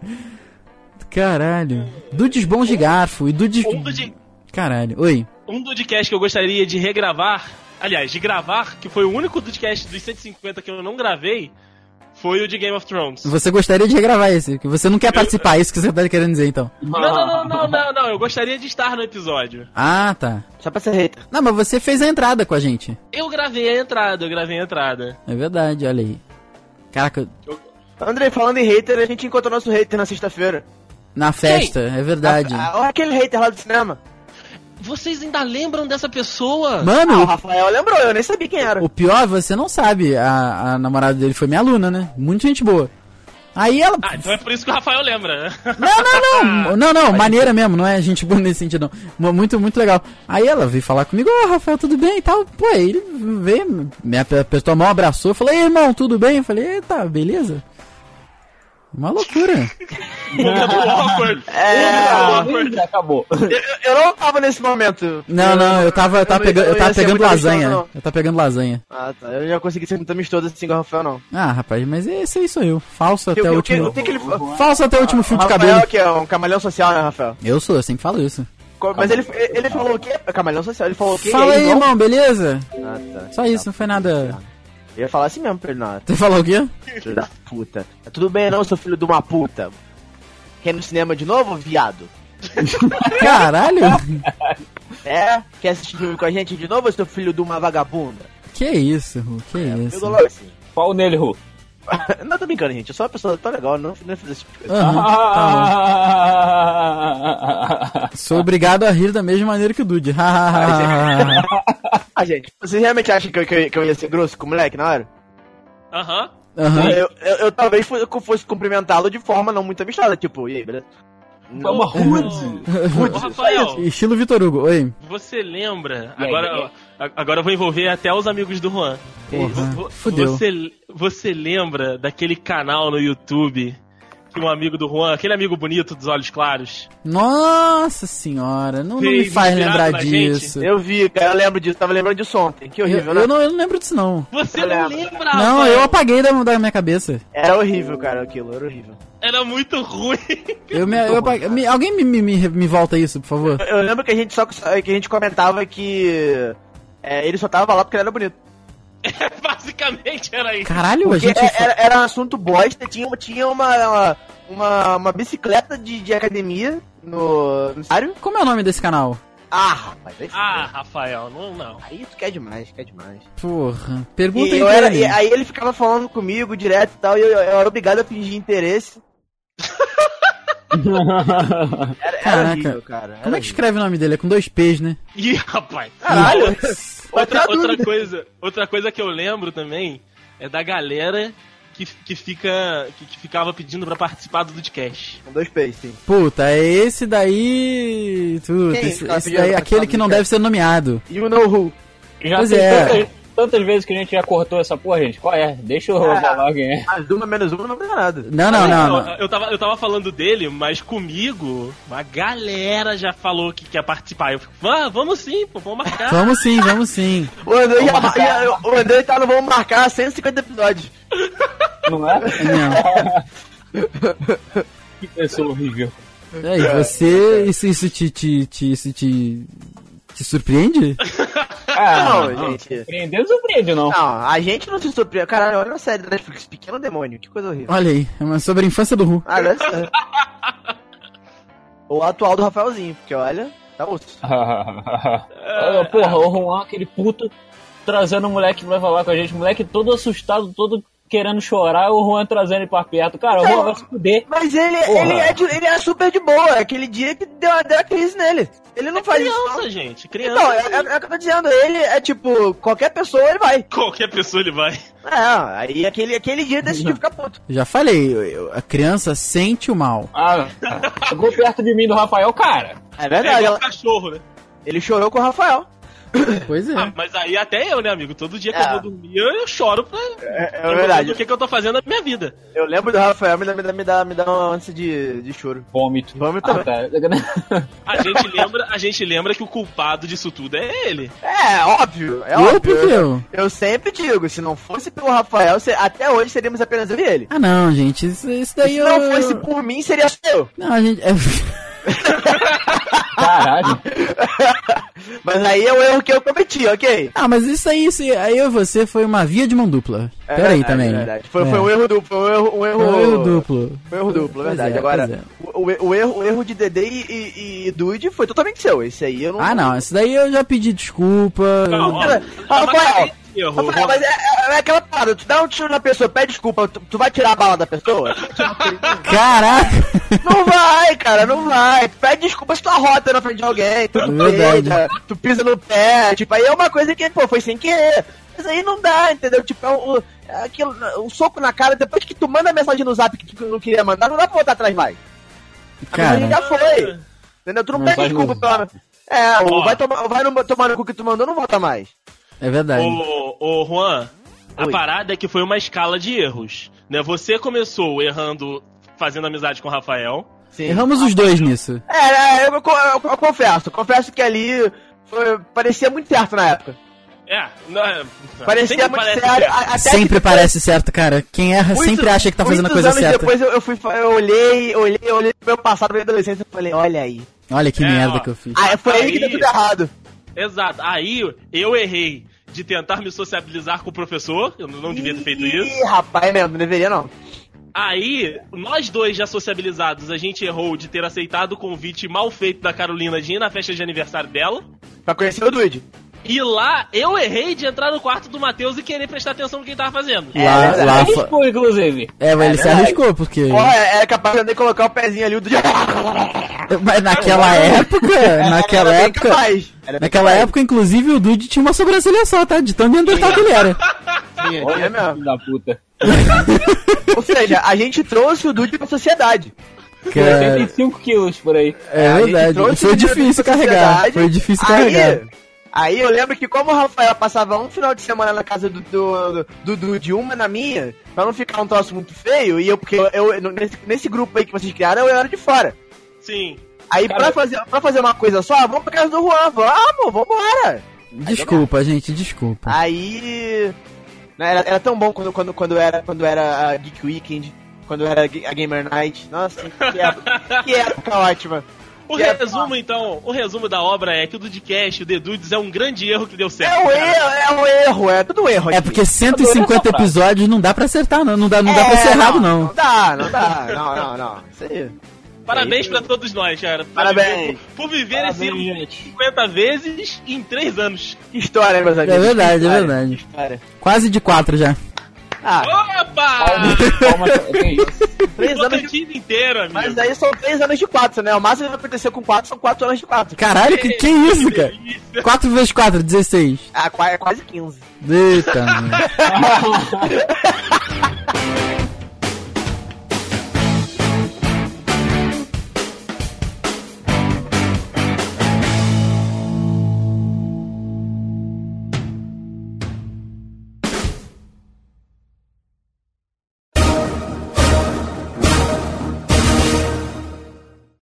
caralho. Dudes bons de garfo e dudes...
Um do, di...
Caralho, oi.
um do Dudcast que eu gostaria de regravar. Aliás, de gravar, que foi o único Dudcast dos 150 que eu não gravei, foi o de Game of Thrones.
Você gostaria de regravar esse, que você não quer participar, isso que você tá querendo dizer então.
Não, não, não, não, não, não. Eu gostaria de estar no episódio.
Ah, tá.
Só pra ser hater.
Não, mas você fez a entrada com a gente.
Eu gravei a entrada, eu gravei a entrada.
É verdade, olha aí. Caraca,
Andrei, falando em hater, a gente encontrou nosso hater na sexta-feira.
na festa, é verdade.
Ah, Olha aquele hater lá do cinema.
Vocês ainda lembram dessa pessoa?
Ah, o
Mano,
Rafael lembrou, eu nem sabia quem era.
o pior você não sabe. A, a namorada dele foi minha aluna, né? Muito gente boa. Aí ela.
Ah, então é por isso que o Rafael lembra. né?
Não, não,
Ah,
não. Não, não, maneira mesmo, não é gente boa nesse sentido, não. Mu- Muito, muito legal. Aí ela veio falar comigo, ô Rafael, tudo bem e tal. Pô, aí ele veio, minha pe- pessoa mal abraçou, falou, ei, irmão, tudo bem? Eu falei, eita, beleza. Uma loucura.
Momento awkward.
É.
Ah,
Momento awkward.
já acabou.
Eu não tava nesse momento.
Não, não, eu tava, eu tava
Eu não-
pegando, eu
eu
tava
ia ser
pegando
muito
lasanha.
gostoso,
Eu tava pegando lasanha.
Ah, tá. Eu já consegui ser muito amistoso assim com o Rafael, não.
Ah, rapaz, mas esse aí sou eu. Falso até
Eu- eu-
o
eu-
último.
tem que ele- O
Falso até o último fio de cabelo.
Rafael, que é um camaleão social, né, Rafael?
Eu sou, eu sempre falo isso.
Co- Mas ele, ele falou o quê? Camaleão social, ele falou o quê?
Fala
E
aí, irmão, beleza?
Ah, tá.
Só isso, não foi nada.
Eu ia falar assim mesmo pra ele na hora.
Você falou o quê?
Filho da puta. Tá tudo bem não, seu filho de uma puta. Quer ir no cinema de novo, viado?
Caralho!
É? Quer assistir filme com a gente de novo, seu filho de uma vagabunda?
Que isso, Ru, que isso.
Eu logo assim.
Pau nele, Ru.
não, tô brincando, gente. Eu sou uma pessoa tão legal, não, não fiz esse tipo de coisa.
Aham, tá bom. Sou obrigado a rir da mesma maneira que o Dude.
Ah, gente, vocês realmente acham que eu, que eu- que eu ia ser grosso com o moleque na hora?
Aham.
Aham.
Eu, eu, eu talvez fosse, eu fosse cumprimentá-lo de forma não muito amistosa, tipo, e aí, beleza?
Foi uma rude.
Ô, Rafael,
Estilo Vitor Hugo, oi.
você lembra?
E aí,
Agora,
e aí?
a- agora eu vou envolver até os amigos do Juan.
Porra,
Vo-
fudeu.
Você, você lembra daquele canal no YouTube que um amigo do Juan, aquele amigo bonito dos olhos claros?
Nossa senhora, não, não me
Veio
faz
inspirado
lembrar
na gente.
disso.
Eu vi, cara, eu lembro disso, tava lembrando disso ontem. Que
Eu,
horrível,
eu
né? Ah,
não, eu não lembro disso, não.
Você
Eu
não
lembro.
lembra?
Não,
Rafael?
eu apaguei da, da minha cabeça.
Era horrível, cara, aquilo, era horrível.
Era muito ruim.
Eu me, eu apaguei- me- alguém me, me, me, me volta isso, por favor.
Eu- Eu lembro que a gente só que a gente comentava que é, ele só tava lá porque ele era bonito.
É, Basicamente era isso.
Caralho, a
Porque
gente.
é- era, era um assunto bosta, tinha, tinha uma, uma, uma, uma bicicleta de, de academia no, no cenário.
Como é o nome desse canal?
Ah, rapaz, vai
Ah,
fuder.
Rafael, não, não.
Aí tu quer demais, quer demais.
Porra. Pergunta
E
aí
eu
pra
era,
ele.
e aí ele ficava falando comigo direto e tal, e eu, eu era obrigado a fingir interesse. Era, era
Caraca.
horrível, cara.
Como
Era
é que
horrível.
escreve o nome dele? É com dois P's, né?
Ih, rapaz.
Caralho!
Outra,
Tá
Outra
outra
dúvida.
coisa, outra coisa que eu lembro também é da galera que, que fica que, que ficava pedindo pra participar do podcast.
Com dois peixes, sim.
Puta, é esse daí. Tudo.
Quem
Esse,
tá
esse
pedindo
daí,
pra
aquele
falar
que não
do cara?
deve ser nomeado.
E o No Who.
Já
Pois
tem
é.
tantas, tantas vezes que a gente já cortou essa porra, gente. Qual é? Deixa eu
Ah.
falar quem é.
Mais uma, menos uma, Ah, não dá nada.
Não, não, não.
eu,
não.
eu tava, eu tava falando dele, mas comigo, uma galera já falou que quer participar. Eu fico, "Vá, vamos sim, pô, vamos marcar.
Vamos sim, vamos sim.
O André, já- já- o André tá no Vamos Marcar 150 episódios.
Não é?
Não.
Que pessoa horrível.
É, e você. Isso, isso te, te, te- Isso te. Te surpreende?
Ah,
não, gente.
Surpreendeu, surpreende, não.
Não, a gente não se surpreendeu. Caralho, olha a série da Netflix, Pequeno Demônio, que coisa horrível.
Olha aí, é uma sobre a infância do Ru.
Ah, deve ser. Ou a atual do Rafaelzinho, porque olha, tá osso.
Ah, Porra, o Juan, aquele puto, trazendo o moleque pra falar com a gente. O moleque todo assustado, todo querendo chorar, o Juan trazendo ele pra perto. Cara, o Juan vai se fuder.
Mas ele,
Porra.
ele, é de- ele é super de boa, aquele dia que deu, a- deu a crise nele. Ele não faz isso.
É criança,
não.
gente,
Então,
criança.
é, é- é o que eu tô dizendo, ele é tipo, qualquer pessoa ele vai.
Qualquer pessoa ele vai.
É, aí aquele, aquele dia ele decidiu ficar puto.
Já falei, eu- eu- a criança sente o mal.
Ah, chegou perto de mim do Rafael, cara.
É
É
verdade,
igual
ela-
cachorro, né?
ele chorou com o Rafael.
Pois é.
Ah, mas aí até eu, né, amigo? Todo dia que
É.
eu vou dormir, eu, eu choro pra.
É,
pra-
verdade.
O que, que eu tô fazendo na minha vida?
Eu lembro do Rafael, me dá, me dá, me dá, me dá uma ânsia de, de choro.
Vômito.
Vômito
Ah, tá.
A gente lembra, a gente lembra que o culpado disso tudo é ele.
É, óbvio, é
eu
óbvio.
pedi eu.
Eu sempre digo, se não fosse pelo Rafael, se- até hoje seríamos apenas eu e ele.
Ah não, gente, isso, isso daí
Se
eu.
não fosse por mim, seria só eu.
Não, a gente. é
Caralho.
Mas aí é o erro que eu cometi, ok?
Ah, mas isso aí, isso aí eu e você foi uma via de mão dupla.
É
Pera aí
verdade,
também.
é verdade. Foi,
É.
foi um erro duplo, foi um erro, um erro,
Foi um erro duplo.
Foi um erro duplo,
Pois
verdade.
é,
Agora,
pois é.
o, o- o erro, o erro de Dedê e, e, e Dude foi totalmente seu. Esse aí eu não.
Ah não, isso daí eu já pedi desculpa.
Não, ó,
Rafael,
Rafael,
Rafael, Ah, mas é, é- é aquela parada, tu dá um tiro na pessoa, pede desculpa, tu, tu vai tirar a bala da pessoa?
Caraca!
não vai, cara, não vai. Tu pede desculpa se tu arrota na frente de alguém, tu
É Verdade.
peida, tu pisa no pé, tipo, aí é uma coisa que, pô, foi sem querer. Mas aí não dá, entendeu? Tipo, é um, é aquilo, um soco na cara, depois que tu manda a mensagem no zap que tu não queria mandar, não dá pra voltar atrás mais. A mensagem
Cara,
já foi. Entendeu? Tu não pede
Mensagem no
desculpa pela. É, o
Ó.
vai, tomar, vai no, tomar no cu que tu mandou, não volta mais.
é verdade.
Ô, ô, Juan, a
Oi.
parada é que foi uma escala de erros. Né? Você começou errando, fazendo amizade com o Rafael.
Sim.
Erramos os dois nisso.
É, é, eu, co- eu, eu confesso, confesso que ali foi- parecia muito certo na época.
É, não é-
Parecia
sempre
muito
parece
certo.
certo.
a- Até
sempre
que-
parece certo, cara. Quem erra
muitos-
sempre acha que tá fazendo a
muitos
coisa
anos
certa.
depois eu, eu fui, eu olhei, olhei, olhei pro meu passado, pra minha adolescência e falei, olha aí.
Olha que
É,
merda
ó.
que eu fiz.
Ah, foi aí que deu
Aí.
tudo errado.
é. Exato. Aí eu errei de tentar me sociabilizar com o professor. Eu não devia ter feito isso.
Ih, rapaz, mesmo, não deveria não.
Aí, nós dois já sociabilizados, a gente errou de ter aceitado o convite mal feito da Carolina de ir na festa de aniversário dela.
Pra conhecer o Dude.
E lá, eu errei de entrar no quarto do Matheus e querer prestar atenção no que ele tava fazendo.
lá,
É verdade.
lá fa-
Arriscou, inclusive.
É, mas ele se arriscou, porque.
Ó, era é, capaz de eu nem colocar o pezinho ali, o Dude...
Mas naquela época, É, naquela
Era bem
época.
capaz. Era bem
Naquela
capaz.
época, inclusive, o Dude tinha uma sobrancelha só, tá? De tão neandertal que ele era.
Olha,
é mesmo.
filho da puta.
Ou seja, a gente trouxe o Dude pra sociedade.
Cara,
85 quilos por aí.
é
A gente
verdade.
trouxe
Foi
o Dude
difícil
pra
carregar.
sociedade.
Foi difícil
Aí-
carregar.
Aí eu lembro que como o Rafael passava um final de semana na casa do do, do, do- de uma na minha, pra não ficar um troço muito feio, e eu, porque eu, eu- nesse, nesse grupo aí que vocês criaram, eu era de fora.
Sim.
Aí
Cara,
pra, fazer, pra fazer uma coisa só, vamos pra casa do Juan, vamos, ah, vambora.
Desculpa, gente, desculpa.
Aí. né, Era, era tão bom quando, quando, quando, era, quando era a Geek Weekend, quando era a Ge- a Gamer Night. Nossa, que época, que época ótima.
O
Que é-
resumo, então, o resumo da obra é que o Dudcast, o The Dudes, é um grande erro que deu certo.
É um
cara.
erro, é um erro, é tudo erro.
É
aqui.
porque 150
frase.
episódios não dá pra acertar, não. Não dá, não dá pra
É,
ser errado,
não.
não.
Não dá, não dá. Não, não, não. Isso aí.
Parabéns pra todos nós, cara. Por
Parabéns.
viver- Por, viver
Parabéns,
esse
gente.
50 vezes em 3 anos.
Que história, hein, meus amigos. Que
verdade, é
história,
verdade.
que história.
Quase de quatro já.
Ah,
Opa!
Palmas, palmas, que é isso.
três anos de...
Tocantins inteiro, amigo.
Mas é aí são três anos de quatro, né? O máximo que vai acontecer com quatro são quatro anos de quatro.
Caralho, que que é isso, cara?
Delícia.
4 vezes 4, 16.
Ah, qua- é quase quinze.
Eita, mano.